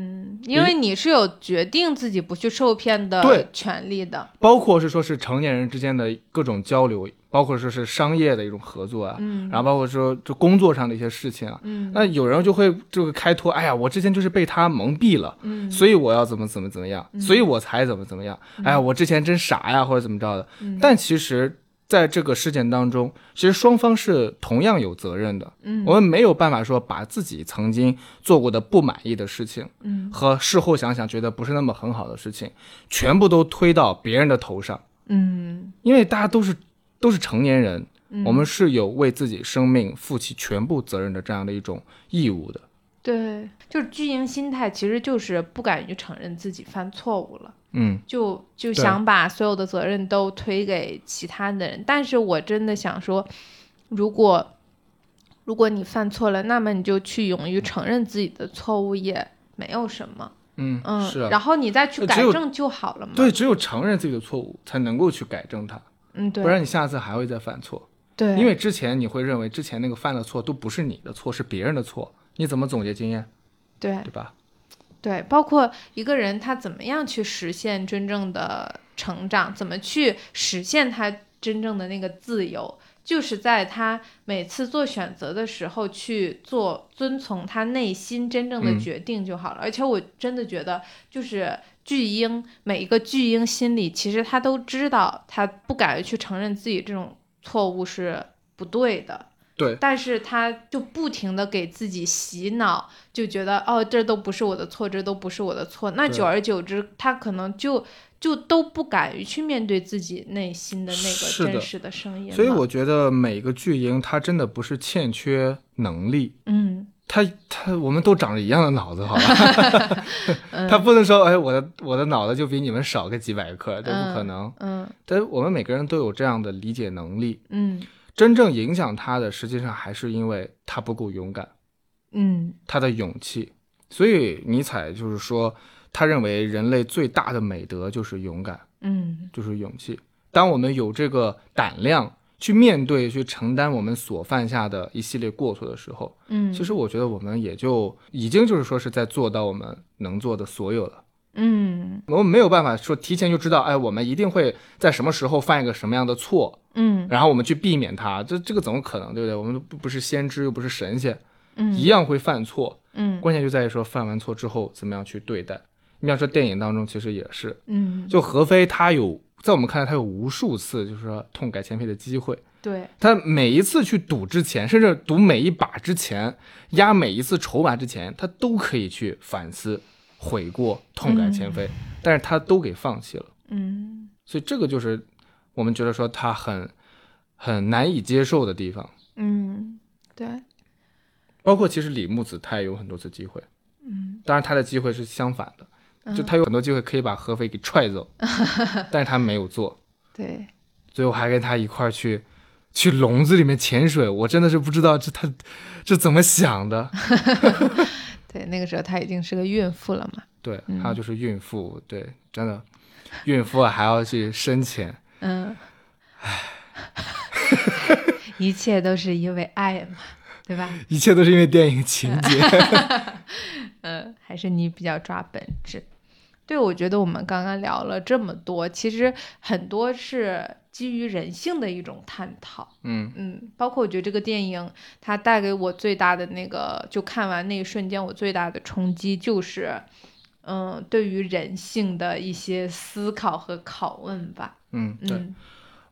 嗯，因为你是有决定自己不去受骗
对
的权利的。
包括是说是成年人之间的各种交流，包括说是商业的一种合作啊，
嗯
然后包括说就工作上的一些事情啊，
嗯
那有人就会就会开脱，哎呀，我之前就是被他蒙蔽了，
嗯
所以我要怎么怎么怎么样，所以我才怎么怎么样，哎呀，我之前真傻呀，或者怎么着的。
嗯
但其实，在这个事件当中，其实双方是同样有责任的。
嗯
我们没有办法说把自己曾经做过的不满意的事情
嗯
和事后想想觉得不是那么很好的事情，全部都推到别人的头上，
嗯
因为大家都是都是成年人，
嗯，
我们是有为自己生命负起全部责任的这样的一种义务的。
对，就是巨婴心态，其实就是不敢于承认自己犯错误了。
嗯
就就
对
想把所有的责任都推给其他的人。但是我真的想说，如果如果你犯错了，那么你就去勇于承认自己的错误，也没有什么。
嗯
嗯，
是啊。
然后你再去
呃
改
只有
正就好了嘛。
对，，只有承认自己的错误，才能够去改正它，
嗯，对，
不然你下次还会再犯错。
对，
因为之前你会认为之前那个犯的错都不是你的错，是别人的错，你怎么总结经验，
对
对吧？
对，包括一个人他怎么样去实现真正的成长，怎么去实现他真正的那个自由，就是在他每次做选择的时候去做遵从他内心真正的
嗯
决定就好了。而且我真的觉得，就是巨婴每一个巨婴心里，其实他都知道，他不敢去承认自己这种错误是不对的，
对，
但是他就不停的给自己洗脑，就觉得哦，这都不是我的错，这都不是我的错。那
对
久而久之，他可能就就都不敢于去面对自己内心的那
是的
个真实的声音了。
所以我觉得每个巨婴他真的不是欠缺能力，
嗯
他他我们都长着一样的脑子，好吧？
[LAUGHS]
他不能说哎，我的我的脑子就比你们少个几百克，这不可能。
嗯
但是我们每个人都有这样的理解能力，
嗯
真正影响他的，实际上还是因为他不够勇敢。
嗯
他的勇气。所以尼采就是说，他认为人类最大的美德就是勇敢，
嗯
就是勇气。当我们有这个胆量去面对、去承担我们所犯下的一系列过错的时候，
嗯，
其实我觉得我们也就已经就是说是在做到我们能做的所有了。
嗯
我们没有办法说提前就知道，哎，我们一定会在什么时候犯一个什么样的错，
嗯
然后我们去避免它，这这个怎么可能，对不对？我们不不是先知，又不是神仙，
嗯
一样会犯错。
嗯
关键就在于说犯完错之后怎么样去对待。你想说电影当中其实也是，
嗯，
就何非他有在我们看来他有无数次就是说痛改前非的机会，
对
他每一次去赌之前，甚至赌每一把之前，压每一次筹码之前，他都可以去反思、悔过、痛改前非，但是他都给放弃了。
嗯
所以这个就是我们觉得说他很很难以接受的地方。
嗯对
包括其实李木子他也有很多次机会，
嗯
当然他的机会是相反的。就
嗯
他有很多机会可以把合肥给踹走， [LAUGHS] 但是他没有做，
对
最后还跟他一块儿去去笼子里面潜水，我真的是不知道这他这怎么想的。
对，那个时候她已经是个孕妇了嘛。
对，
嗯
还有就是孕妇，对，真的，孕妇还要去深潜，
嗯，一切都是因为爱嘛，对吧？
一切都是因为电影情节。
[LAUGHS] 嗯，还是你比较抓本质。对，我觉得我们刚刚聊了这么多，其实很多是基于人性的一种探讨。
嗯
嗯，包括我觉得这个电影它带给我最大的那个，就看完那一瞬间，我最大的冲击就是，嗯，对于人性的一些思考和拷问吧。
嗯，对，
嗯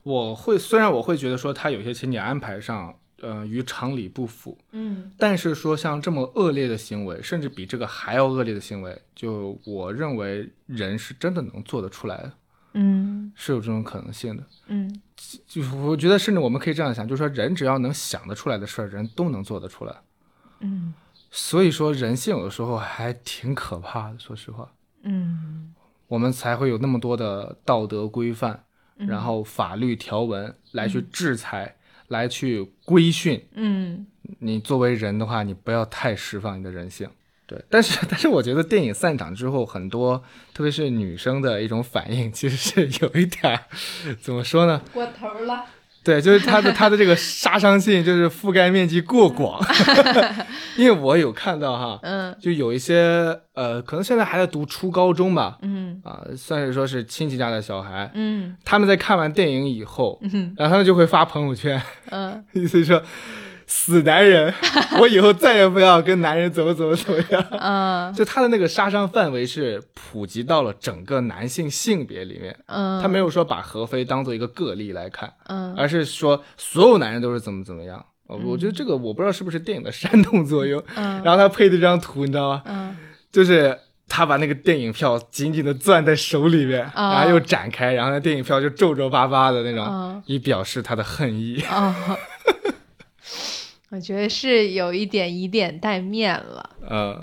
我会虽然我会觉得说他有些情节安排上，呃，与常理不符，
嗯
但是说像这么恶劣的行为，甚至比这个还要恶劣的行为，就我认为人是真的能做得出来的，
嗯
是有这种可能性的。
嗯
就是我觉得，甚至我们可以这样想，就是说人只要能想得出来的事儿，人都能做得出来。
嗯
所以说，人性有的时候还挺可怕的。说实话，
嗯，
我们才会有那么多的道德规范，
嗯
然后法律条文来去制裁，来去规训。
嗯
你作为人的话，你不要太释放你的人性。对，但是 [LAUGHS] 但是我觉得电影散场之后，很多特别是女生的一种反应，其实是有一点儿怎么说呢？ [LAUGHS]
过头了。
对，就是他的他的这个杀伤性就是覆盖面积过广， [LAUGHS] 因为我有看到哈，
嗯
就有一些呃，可能现在还在读初高中吧，
嗯
啊、算是说是亲戚家的小孩，
嗯
他们在看完电影以后，
嗯
然后他们就会发朋友圈，
嗯，
意思是说死男人，我以后再也不要跟男人怎么怎么怎么样。
嗯
就他的那个杀伤范围是普及到了整个男性性别里面，
嗯，
他没有说把何非当做一个个例来看，
嗯
而是说所有男人都是怎么怎么样。呃我觉得这个我不知道是不是电影的煽动作用。
嗯
然后他配的这张图，你知道吗？
嗯
就是他把那个电影票紧紧的攥在手里面，
哦
然后又展开，然后那电影票就皱皱巴巴的那种，
哦
以表示他的恨意。
哦， [LAUGHS] 我觉得是有一点以点带面了。
呃，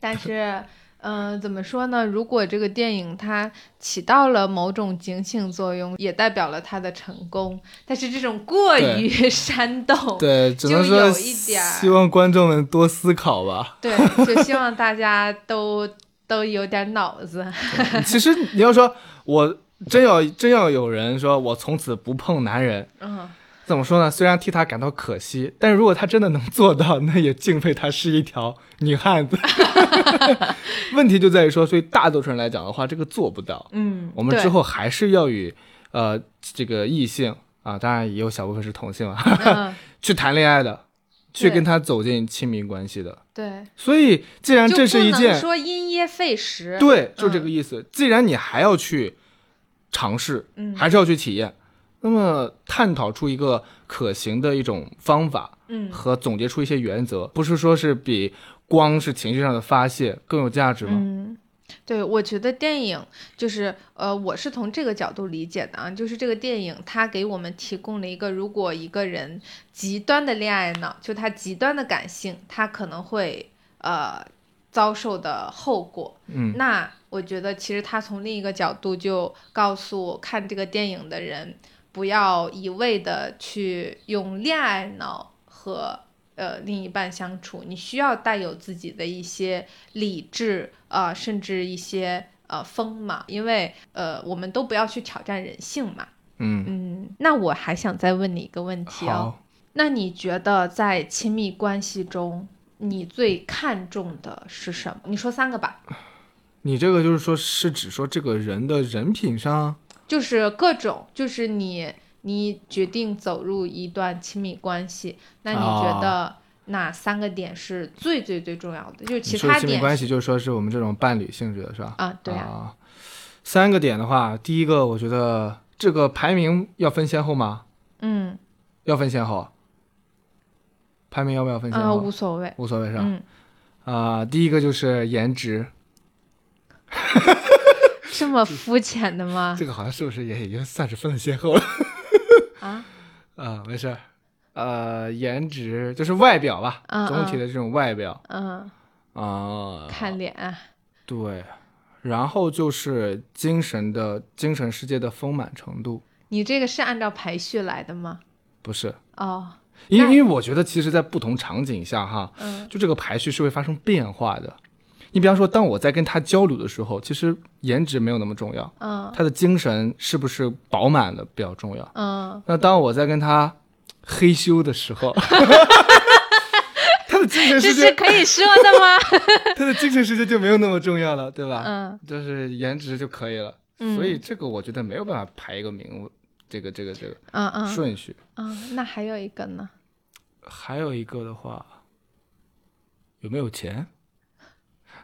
但
[LAUGHS]
是，嗯、怎么说呢？如果这个电影它起到了某种警醒作用，也代表了它的成功。但是这种过于煽动，
对，只能
就
说
有一点儿
希望观众们多思考 [LAUGHS] 吧。
对，就希望大家都都有点脑子。
其实你要说，我真要真要有人说我从此不碰男人，
[LAUGHS] 嗯，
怎么说呢？虽然替他感到可惜，但是如果他真的能做到，那也敬佩他是一条女汉子。 [LAUGHS] 问题就在于说，对于大多数人来讲的话，这个做不到。
嗯，
我们
对
之后还是要与呃这个异性啊，当然也有小部分是同性啊， [LAUGHS]
嗯，
去谈恋爱的，去
对
跟他走进亲密关系的。 [LAUGHS]
对，
所以，既然
就
这是一
不能
件
说因噎废食。
对，就这
嗯
个意思。既然你还要去尝试，
嗯
还是要去体验，那么探讨出一个可行的一种方法
嗯
和总结出一些原则，不是说是比光是情绪上的发泄更有价值吗？
嗯，对，我觉得电影就是呃，我是从这个角度理解的啊，就是这个电影它给我们提供了一个，如果一个人极端的恋爱脑，就他极端的感性，他可能会呃遭受的后果。
嗯
那我觉得其实他从另一个角度就告诉看这个电影的人，不要一味的去用恋爱脑和呃另一半相处，你需要带有自己的一些理智啊、呃甚至一些呃锋芒，因为呃我们都不要去挑战人性嘛。
嗯，
嗯，那我还想再问你一个问题哦，
好，
那你觉得在亲密关系中？你最看重的是什么？你说三个吧。
你这个就是说是指说这个人的人品上，
就是各种，就是你你决定走入一段亲密关系，那你
哦
觉得哪三个点是最最最重要的？就是
你
其
说的
他
亲密
点
关
是
系，就是说是我们这种伴侣性质的是吧？
啊，对啊，
啊。三个点的话，第一个我觉得这个排名要分先后吗？
嗯
要分先后，排名要不要分先
啊、
后？
无所谓，
无所谓是吧？
嗯，
啊、第一个就是颜值，
这么肤浅的吗
这？个好像是不是也已经算是分了先后了？ [LAUGHS]
啊，
啊、没事儿。呃，颜值就是外表吧，
嗯
总体的这种外表
嗯，
啊、
看脸啊，
对，然后就是精神的精神世界的丰满程度，
你这个是按照排序来的吗？
不是，
哦，
因为
那
因为我觉得其实，在不同场景下哈，
嗯
就这个排序是会发生变化的。你比方说，当我在跟他交流的时候，其实颜值没有那么重要，
嗯
他的精神是不是饱满的比较重要。
嗯
那当我在跟他嘿咻的时候， [LAUGHS] 他的精神
这
世
是
界，
可以说的
[LAUGHS]
吗？
他的精神世界就没有那么重要了，对吧？
嗯，
就是颜值就可以了。
嗯
所以这个我觉得没有办法排一个名，这个这个这个
嗯嗯
顺序。
嗯，那还有一个呢？
还有一个的话，有没有钱？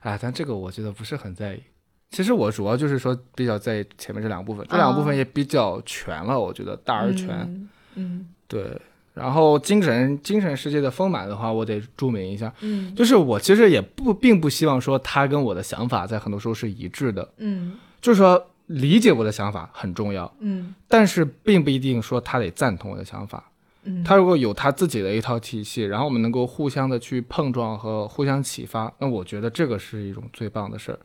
哎，但这个我觉得不是很在意。其实我主要就是说比较在意前面这两部分，这两部分也比较全了，我觉得大而全。
嗯嗯
对，然后精神精神世界的丰满的话，我得注明一下，
嗯
就是我其实也不并不希望说他跟我的想法在很多时候是一致的，
嗯
就是说理解我的想法很重要，
嗯
但是并不一定说他得赞同我的想法。
嗯，
他如果有他自己的一套体系，然后我们能够互相的去碰撞和互相启发，那我觉得这个是一种最棒的事儿。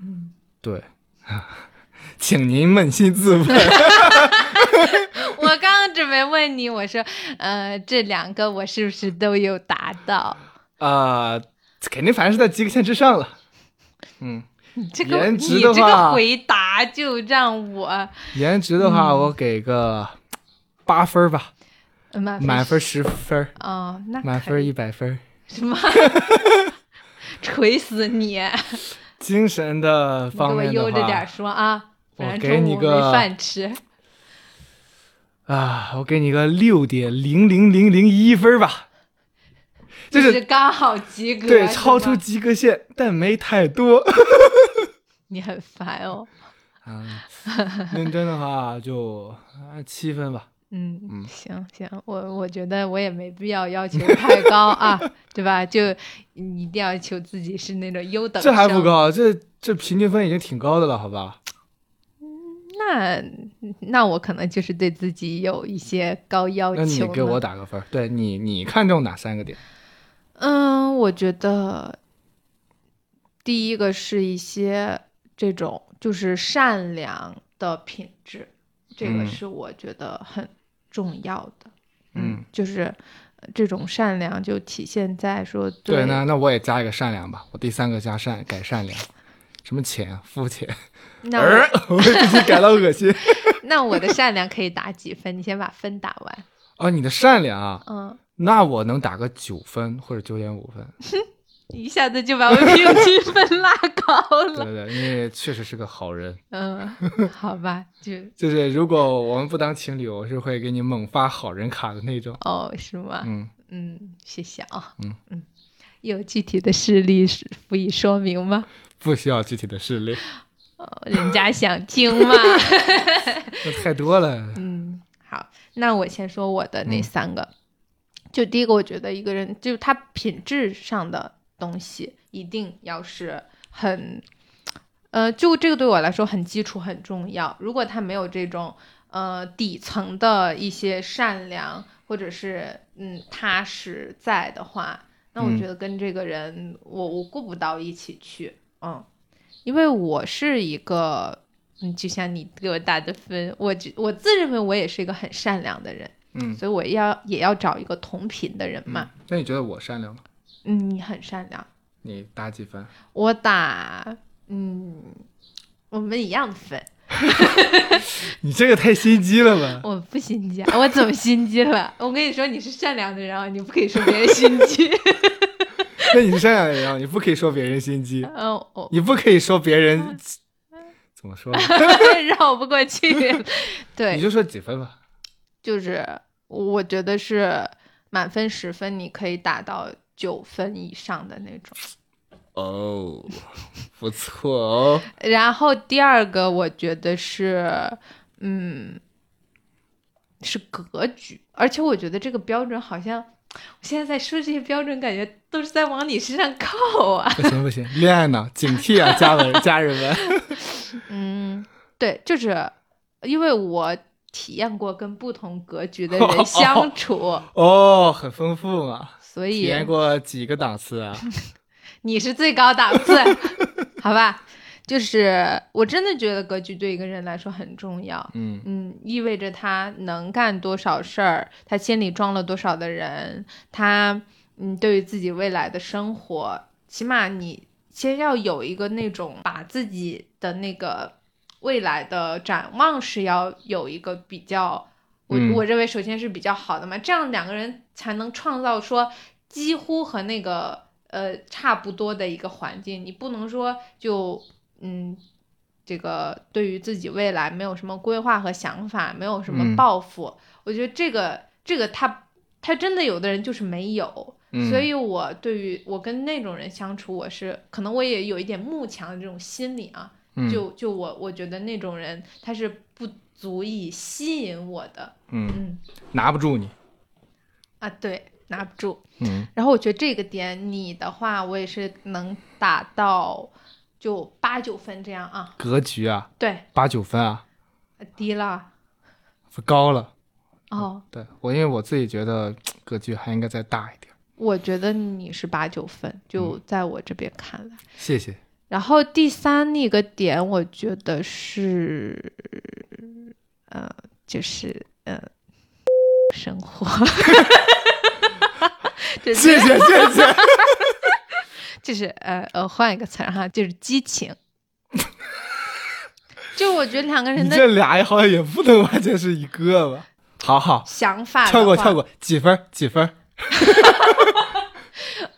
嗯，
对， [LAUGHS] 请您扪心自
[LAUGHS]
问。
我刚刚准备问你，我说，呃，这两个我是不是都有达
[LAUGHS]
到？
啊，肯定反正是在及格线之上了。嗯，
你这个
颜
你
值
这
的
个
话
回答就让我
颜值的话，我给个八分儿吧。
嗯满分
满分十分儿，
哦，那
满
可
分
以
一百分儿，
什么？ [LAUGHS] 锤死你！
精神的
你给
[LAUGHS] 方
我
面的
悠着点
话
儿说啊，不
我
然
给
中
你
午
个
没饭吃。
啊，我给你个六点零零零零一分儿吧，就
就是
是
刚好及格。
对
是
超
吗
出及格线，但没太多。
你很烦哦。
啊，认真的话就啊七分吧。
嗯，行行，我我觉得我也没必要要求太高
[LAUGHS]
啊，对吧？就你一定要求自己是那种优等
这还不
生，
高，这这平均分已经挺高的了，好吧？
那那我可能就是对自己有一些高要求
那
呢。
你给我打个分儿，对你你看中哪三个点？
嗯，我觉得第一个是一些这种就是善良的品质，这个
嗯
是我觉得很重要的。
嗯
就是呃这种善良就体现在说
对，那那我也加一个善良吧，我第三个加善改善良。什么钱啊？肤浅，
那
[LAUGHS]
我
呃，我为自己感到恶心。 [LAUGHS]
那我的善良可以打几分？你先把分打完。
哦，你的善良啊，
嗯，
那我能打个九分或者九点五分。
一下子就把
[LAUGHS]
我平均分拉高
对
了。
对对，你确实是个好人。
嗯，好吧，就
就是如果我们不当情侣，我是会给你猛发好人卡的那种。
哦，是吗？
嗯，
嗯，谢谢啊。
嗯
有具体的事例是辅以说明吗？
不需要具体的事例。
哦，人家想听
[LAUGHS]
嘛。
那太多了。
嗯，好，那我先说我的那三个。就第一个，我觉得一个人就是他品质上的东西一定要是很，呃，就这个对我来说很基础很重要。如果他没有这种呃底层的一些善良或者是嗯踏实在的话，那我
嗯
觉得跟这个人、我我顾不到一起去，嗯，因为我是一个嗯，就像你给我打的分，我觉我自认为我也是一个很善良的人，
嗯，
所以我要也要找一个同频的人嘛。
那你觉得我善良吗？
嗯，你很善良，
你打几分？
我打嗯，我们一样的分，
你这个太心机了吧？
我不心机，啊，我怎么心机了？ [LAUGHS] 我跟你说，你是善良的人啊，你不可以说别人心机。 [LAUGHS]
那你是善良的人啊，你不可以说别人心机，
嗯，
[LAUGHS]
我
你不可以说别
[LAUGHS]
人怎么说呢？
绕不过
[LAUGHS]
去，对
你，就说几分吧。
就是我觉得是满分十分，你可以打到九分以上的那种。
哦，不错哦。
然后第二个，我觉得是，嗯，是格局，而且我觉得这个标准好像，我现在在说这些标准，感觉都是在往你身上靠啊。
不行不行，恋爱脑，警惕啊，家人家人们。
嗯，对，就是因为我体验过跟不同格局的 [LAUGHS] 人相处，
哦，很丰富嘛，
所
体
以
验过几个档次啊？
你是最高档次， [LAUGHS] 好吧？就是我真的觉得格局对一个人来说很重要。 [LAUGHS]
嗯
嗯，意味着他能干多少事儿，他心里装了多少的人，他嗯，对于自己未来的生活，起码你先要有一个那种把自己的那个未来的展望是要有一个比较，我、
嗯
我认为首先是比较好的嘛，这样两个人才能创造说几乎和那个呃差不多的一个环境，你不能说就嗯。这个对于自己未来没有什么规划和想法，没有什么
嗯
抱负，我觉得这个这个他他真的有的人就是没有，
嗯，
所以我对于我跟那种人相处，我是可能我也有一点慕强的这种心理啊。
嗯
就就我我觉得那种人他是不足以吸引我的。
嗯
嗯
拿不住你。
啊，对，拿不住。
嗯
然后我觉得这个点你的话，我也是能打到就八九分这样啊。
格局啊，
对，呃
八九分啊，
低了
不高了。
哦。
对我，因为我自己觉得格局还应该再大一点。
我觉得你是八九分，
嗯
就在我这边看来。
谢谢。
然后第三一个点，我觉得是，呃，就是呃，生活， [LAUGHS] 这
谢谢谢 [LAUGHS] 谢。
就是呃呃，换一个词儿哈，就是激情。就我觉得两个人
你
的
这俩好像也不能完全是一个吧？好好，
想法的
跳过
话
跳过，几分儿几分儿？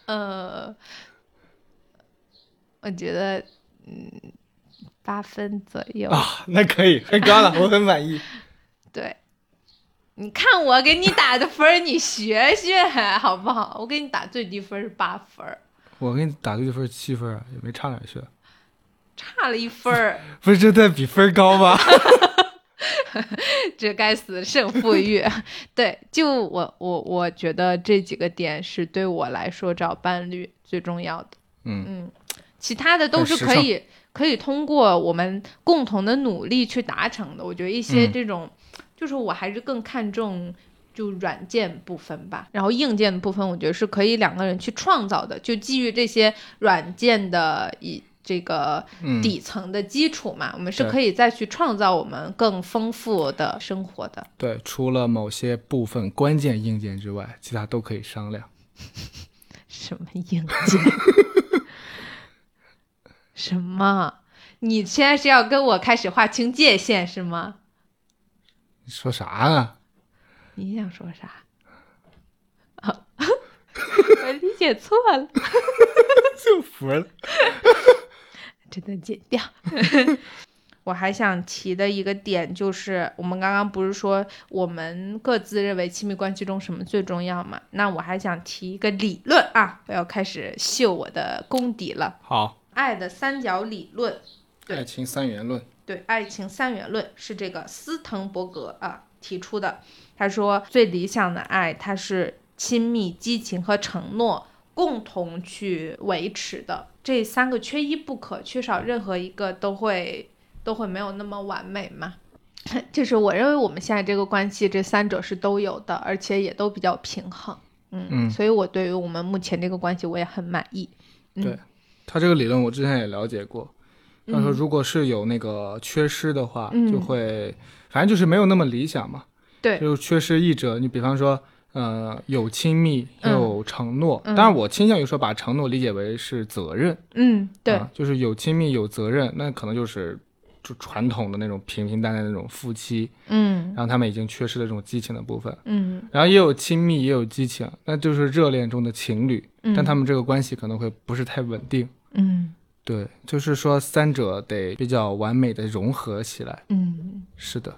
呃，我觉得嗯八分左右。
啊，那可以，很高 [LAUGHS] 了，我很满意。
对，你看我给你打的分儿，你学学好不好？我给你打最低分儿是八分儿，
我给你打对分儿七分儿啊，也没差哪儿去。
差了一分儿，
不是这在比分儿高 [LAUGHS] 吗？
[LAUGHS] 这该死的胜负欲。对，就我我我觉得这几个点是对我来说找伴侣最重要的。
嗯
嗯，其他的都
很
是
时
可
尚
以可以通过我们共同的努力去达成的。我觉得一些
嗯
这种，就是我还是更看重。就软件部分吧，然后硬件部分，我觉得是可以两个人去创造的，就基于这些软件的以这个
嗯
底层的基础嘛，我们是
对
可以再去创造我们更丰富的生活的。
对，除了某些部分关键硬件之外，其他都可以商量。
什么硬件？什么？你现在是要跟我开始划清界限是吗？
你说啥啊？
你想说啥？啊、 [LAUGHS] 我理解错了，
就服了。
真的剪掉。我还想提的一个点就是，我们刚刚不是说我们各自认为亲密关系中什么最重要嘛？那我还想提一个理论啊，我要开始秀我的功底了，
好，
爱的三角理论。对
爱情三元论。
对爱情三元论是这个斯滕伯格啊提出的。他说，最理想的爱，它是亲密、激情和承诺共同去维持的，这三个缺一不可，缺少任何一个都会都会没有那么完美嘛。 [LAUGHS] 就是我认为我们现在这个关系，这三者是都有的，而且也都比较平衡。嗯，
嗯
所以我对于我们目前这个关系，我也很满意。嗯
对，他这个理论我之前也了解过。他说，如果是有那个缺失的话，
嗯
就会，反正就是没有那么理想嘛。
对
就是缺失一者，你比方说，呃，有亲密，
嗯
有承诺。
嗯
当然，我倾向于说把承诺理解为是责任。
嗯，对，
啊，就是有亲密有责任，那可能就是就传统的那种平平淡淡的那种夫妻，
嗯
然后他们已经缺失了这种激情的部分，
嗯
然后也有亲密也有激情，那就是热恋中的情侣，
嗯，
但他们这个关系可能会不是太稳定。
嗯。
对，就是说三者得比较完美的融合起来。
嗯
是的，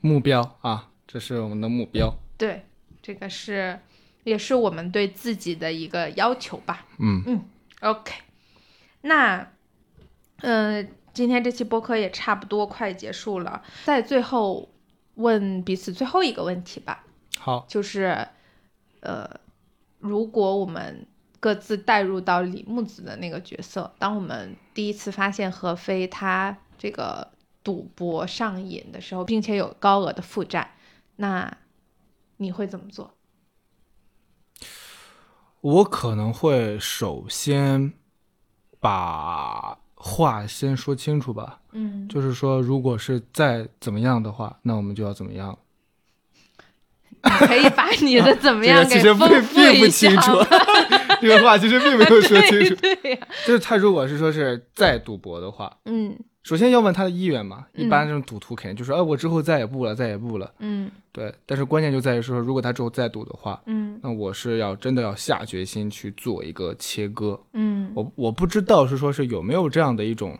目标啊，这是我们的目标。，
对，这个是也是我们对自己的一个要求吧。
嗯，
OK，那嗯、呃今天这期播客也差不多快结束了，在最后问彼此最后一个问题吧，
好，
就是呃，如果我们各自带入到李木子的那个角色，当我们第一次发现何非他这个赌博上瘾的时候，并且有高额的负债，那你会怎么做？
我可能会首先把话先说清楚吧。
嗯，
就是说，如果是再怎么样的话，那我们就要怎么样。
可以把你的怎么
这个
样
其
给
实
丰
并
富
并不
一
清
下
楚
吗？，
[LAUGHS] 这个话其实并没有说清楚。
对呀、
就是他如果是说是再赌博的话，
嗯
首先要问他的意愿嘛。
嗯
一般这种赌徒肯定就说，哎，我之后再也不了，再也不了。
嗯
对，但是关键就在于说，如果他之后再赌的话，
嗯
那我是要真的要下决心去做一个切割。
嗯
我我不知道是说是有没有这样的一种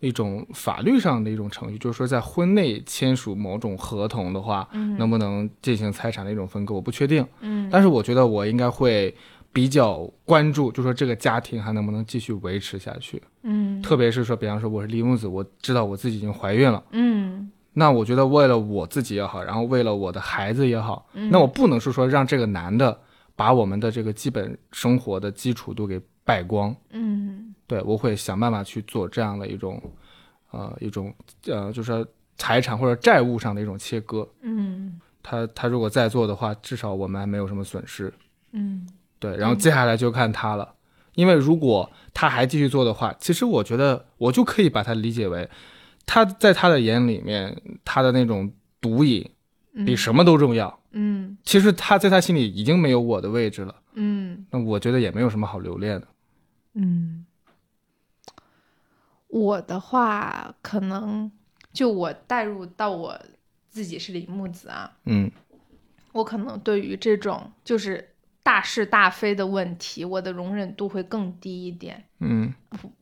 一种法律上的一种程序，就是说在婚内签署某种合同的话，
嗯
能不能进行财产的一种分割，我不确定。
嗯
但是我觉得我应该会比较关注，就说这个家庭还能不能继续维持下去，
嗯
特别是说，比方说我是李木子，我知道我自己已经怀孕了。
嗯
那我觉得为了我自己也好，然后为了我的孩子也好，
嗯
那我不能是说让这个男的把我们的这个基本生活的基础都给败光，
嗯
对，我会想办法去做这样的一种，呃，一种呃，就是说财产或者债务上的一种切割。
嗯
他他如果再做的话，至少我们还没有什么损失。
嗯
对，然后接下来就看他了，因为如果他还继续做的话，其实我觉得我就可以把它理解为，他在他的眼里面，他的那种毒瘾比什么都重要。
嗯
其实他在他心里已经没有我的位置了，
嗯。
那我觉得也没有什么好留恋的。
嗯，我的话可能就我带入到我自己是李木子啊，
嗯
我可能对于这种就是大是大非的问题，我的容忍度会更低一点。
嗯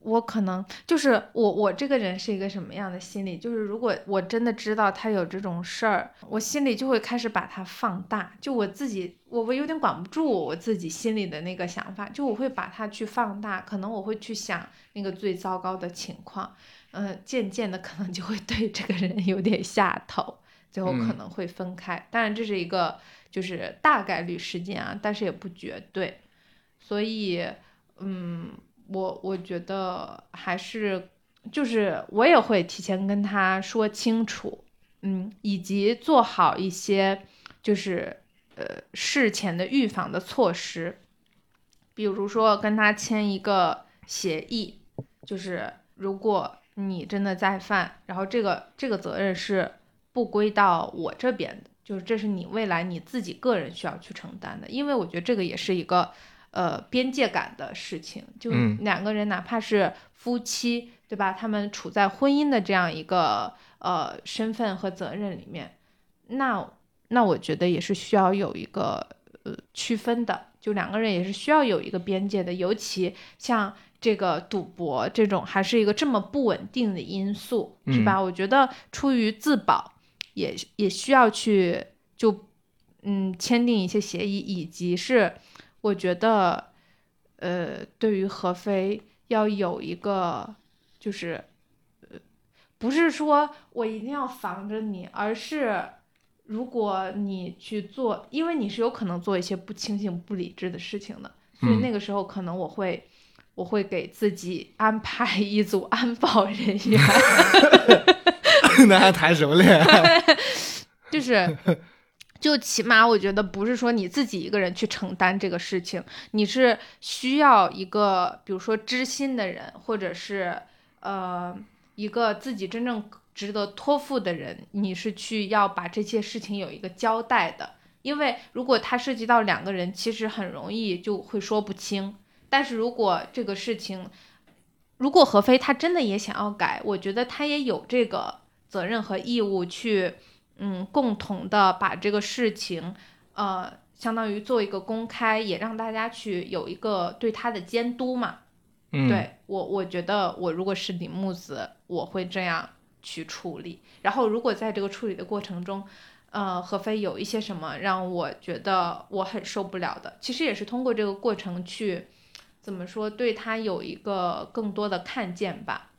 我可能就是我，我这个人是一个什么样的心理？就是如果我真的知道他有这种事儿，我心里就会开始把它放大。就我自己，我我有点管不住我自己心里的那个想法，就我会把它去放大。可能我会去想那个最糟糕的情况，嗯、渐渐的可能就会对这个人有点下头，最后可
嗯
能会分开。当然这是一个就是大概率事件啊，但是也不绝对。所以，嗯，我我觉得还是就是我也会提前跟他说清楚，嗯，以及做好一些就是呃事前的预防的措施，比如说跟他签一个协议，就是如果你真的再犯，然后这个这个责任是不归到我这边的，就是这是你未来你自己个人需要去承担的，因为我觉得这个也是一个呃边界感的事情，就
嗯
两个人哪怕是夫妻，对吧？他们处在婚姻的这样一个呃身份和责任里面，那那我觉得也是需要有一个呃区分的，就两个人也是需要有一个边界的，尤其像这个赌博这种还是一个这么不稳定的因素，是吧？我觉得出于自保，也也需要去就嗯签订一些协议，以及是我觉得呃对于合肥要有一个就是呃不是说我一定要防着你，而是如果你去做，因为你是有可能做一些不清醒、不理智的事情的，所以
嗯
那个时候可能我会。我会给自己安排一组安保人员， [LAUGHS]
[LAUGHS] 那还谈什么恋爱？
就是，就起码我觉得不是说你自己一个人去承担这个事情，你是需要一个，比如说知心的人，或者是呃一个自己真正值得托付的人，你是去要把这些事情有一个交代的。因为如果它涉及到两个人，其实很容易就会说不清。但是如果这个事情，如果何非他真的也想要改，我觉得他也有这个责任和义务去，嗯，共同的把这个事情，呃，相当于做一个公开，也让大家去有一个对他的监督嘛。
嗯，
对我，我觉得我如果是李木子，我会这样去处理。然后，如果在这个处理的过程中，呃，何非有一些什么让我觉得我很受不了的，其实也是通过这个过程去怎么说，对他有一个更多的看见吧。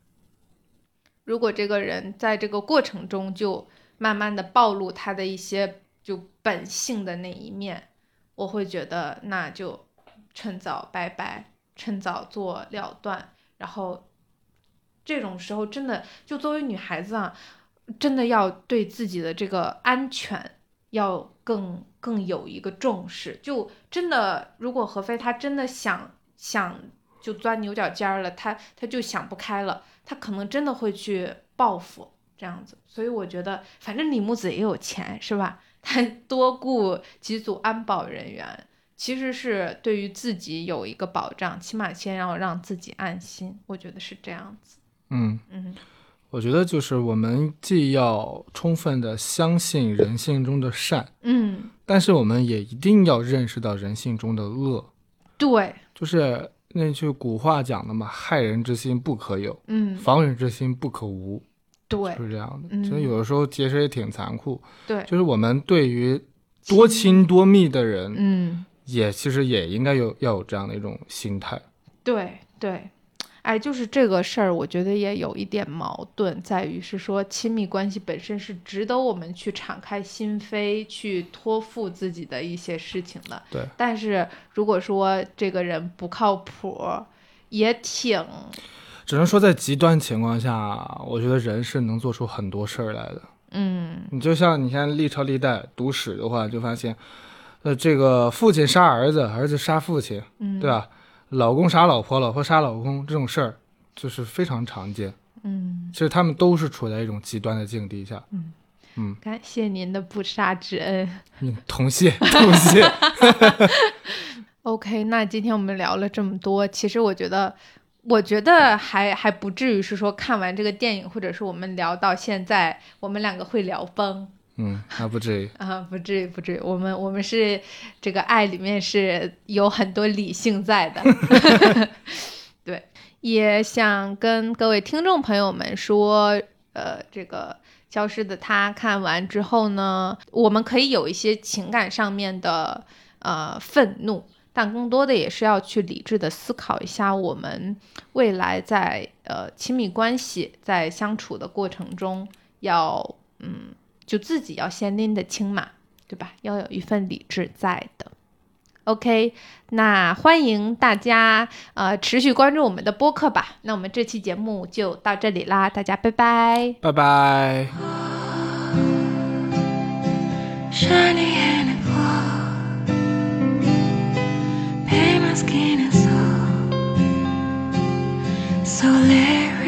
如果这个人在这个过程中就慢慢的暴露他的一些就本性的那一面，我会觉得那就趁早拜拜，趁早做了断。然后这种时候，真的就作为女孩子啊，真的要对自己的这个安全要更更有一个重视。就真的，如果何非她真的想想就钻牛角尖儿了，她她就想不开了，她可能真的会去报复这样子。所以我觉得，反正李木子也有钱，是吧？他多雇几组安保人员，其实是对于自己有一个保障，起码先要让自己安心。我觉得是这样子。
嗯，
嗯
我觉得就是我们既要充分的相信人性中的善，
嗯，
但是我们也一定要认识到人性中的恶，
对，
就是那句古话讲的嘛，“害人之心不可有，
嗯
防人之心不可无”，
对
就是这样的。
嗯
其实有的时候其实也挺残酷，
对，
就是我们对于多亲多密的人，
嗯
也其实也应该有要有这样的一种心态。
对对。哎，就是这个事儿，我觉得也有一点矛盾，在于是说亲密关系本身是值得我们去敞开心扉、去托付自己的一些事情的，
对，
但是如果说这个人不靠谱，也挺
只能说在极端情况下，我觉得人是能做出很多事儿来的。
嗯
你就像你看历朝历代读史的话，就发现，呃，这个父亲杀儿子，儿子杀父亲，
嗯，
对吧？老公杀老婆，老婆杀老公这种事儿，就是非常常见。
嗯，
其实他们都是处在一种极端的境地下。
感谢您的不杀之恩。
嗯，同谢， [LAUGHS] 同谢。
OK，那今天我们聊了这么多，其实我觉得，我觉得还还不至于是说看完这个电影，或者是我们聊到现在，我们两个会聊崩。
嗯，那不至于。
啊，不至于，不至于。我们我们是这个爱里面是有很多理性在 [LAUGHS] 的。对，也想跟各位听众朋友们说，呃，这个《消失的她》看完之后呢，我们可以有一些情感上面的呃愤怒，但更多的也是要去理智的思考一下，我们未来在呃亲密关系在相处的过程中要嗯。就自己要先拎得清嘛，对吧？要有一份理智在的。OK，那欢迎大家呃持续关注我们的播客吧。那我们这期节目就到这里啦，大家拜拜。
拜拜。
shiny and a glow. Paint my skin and soul, so lyrical.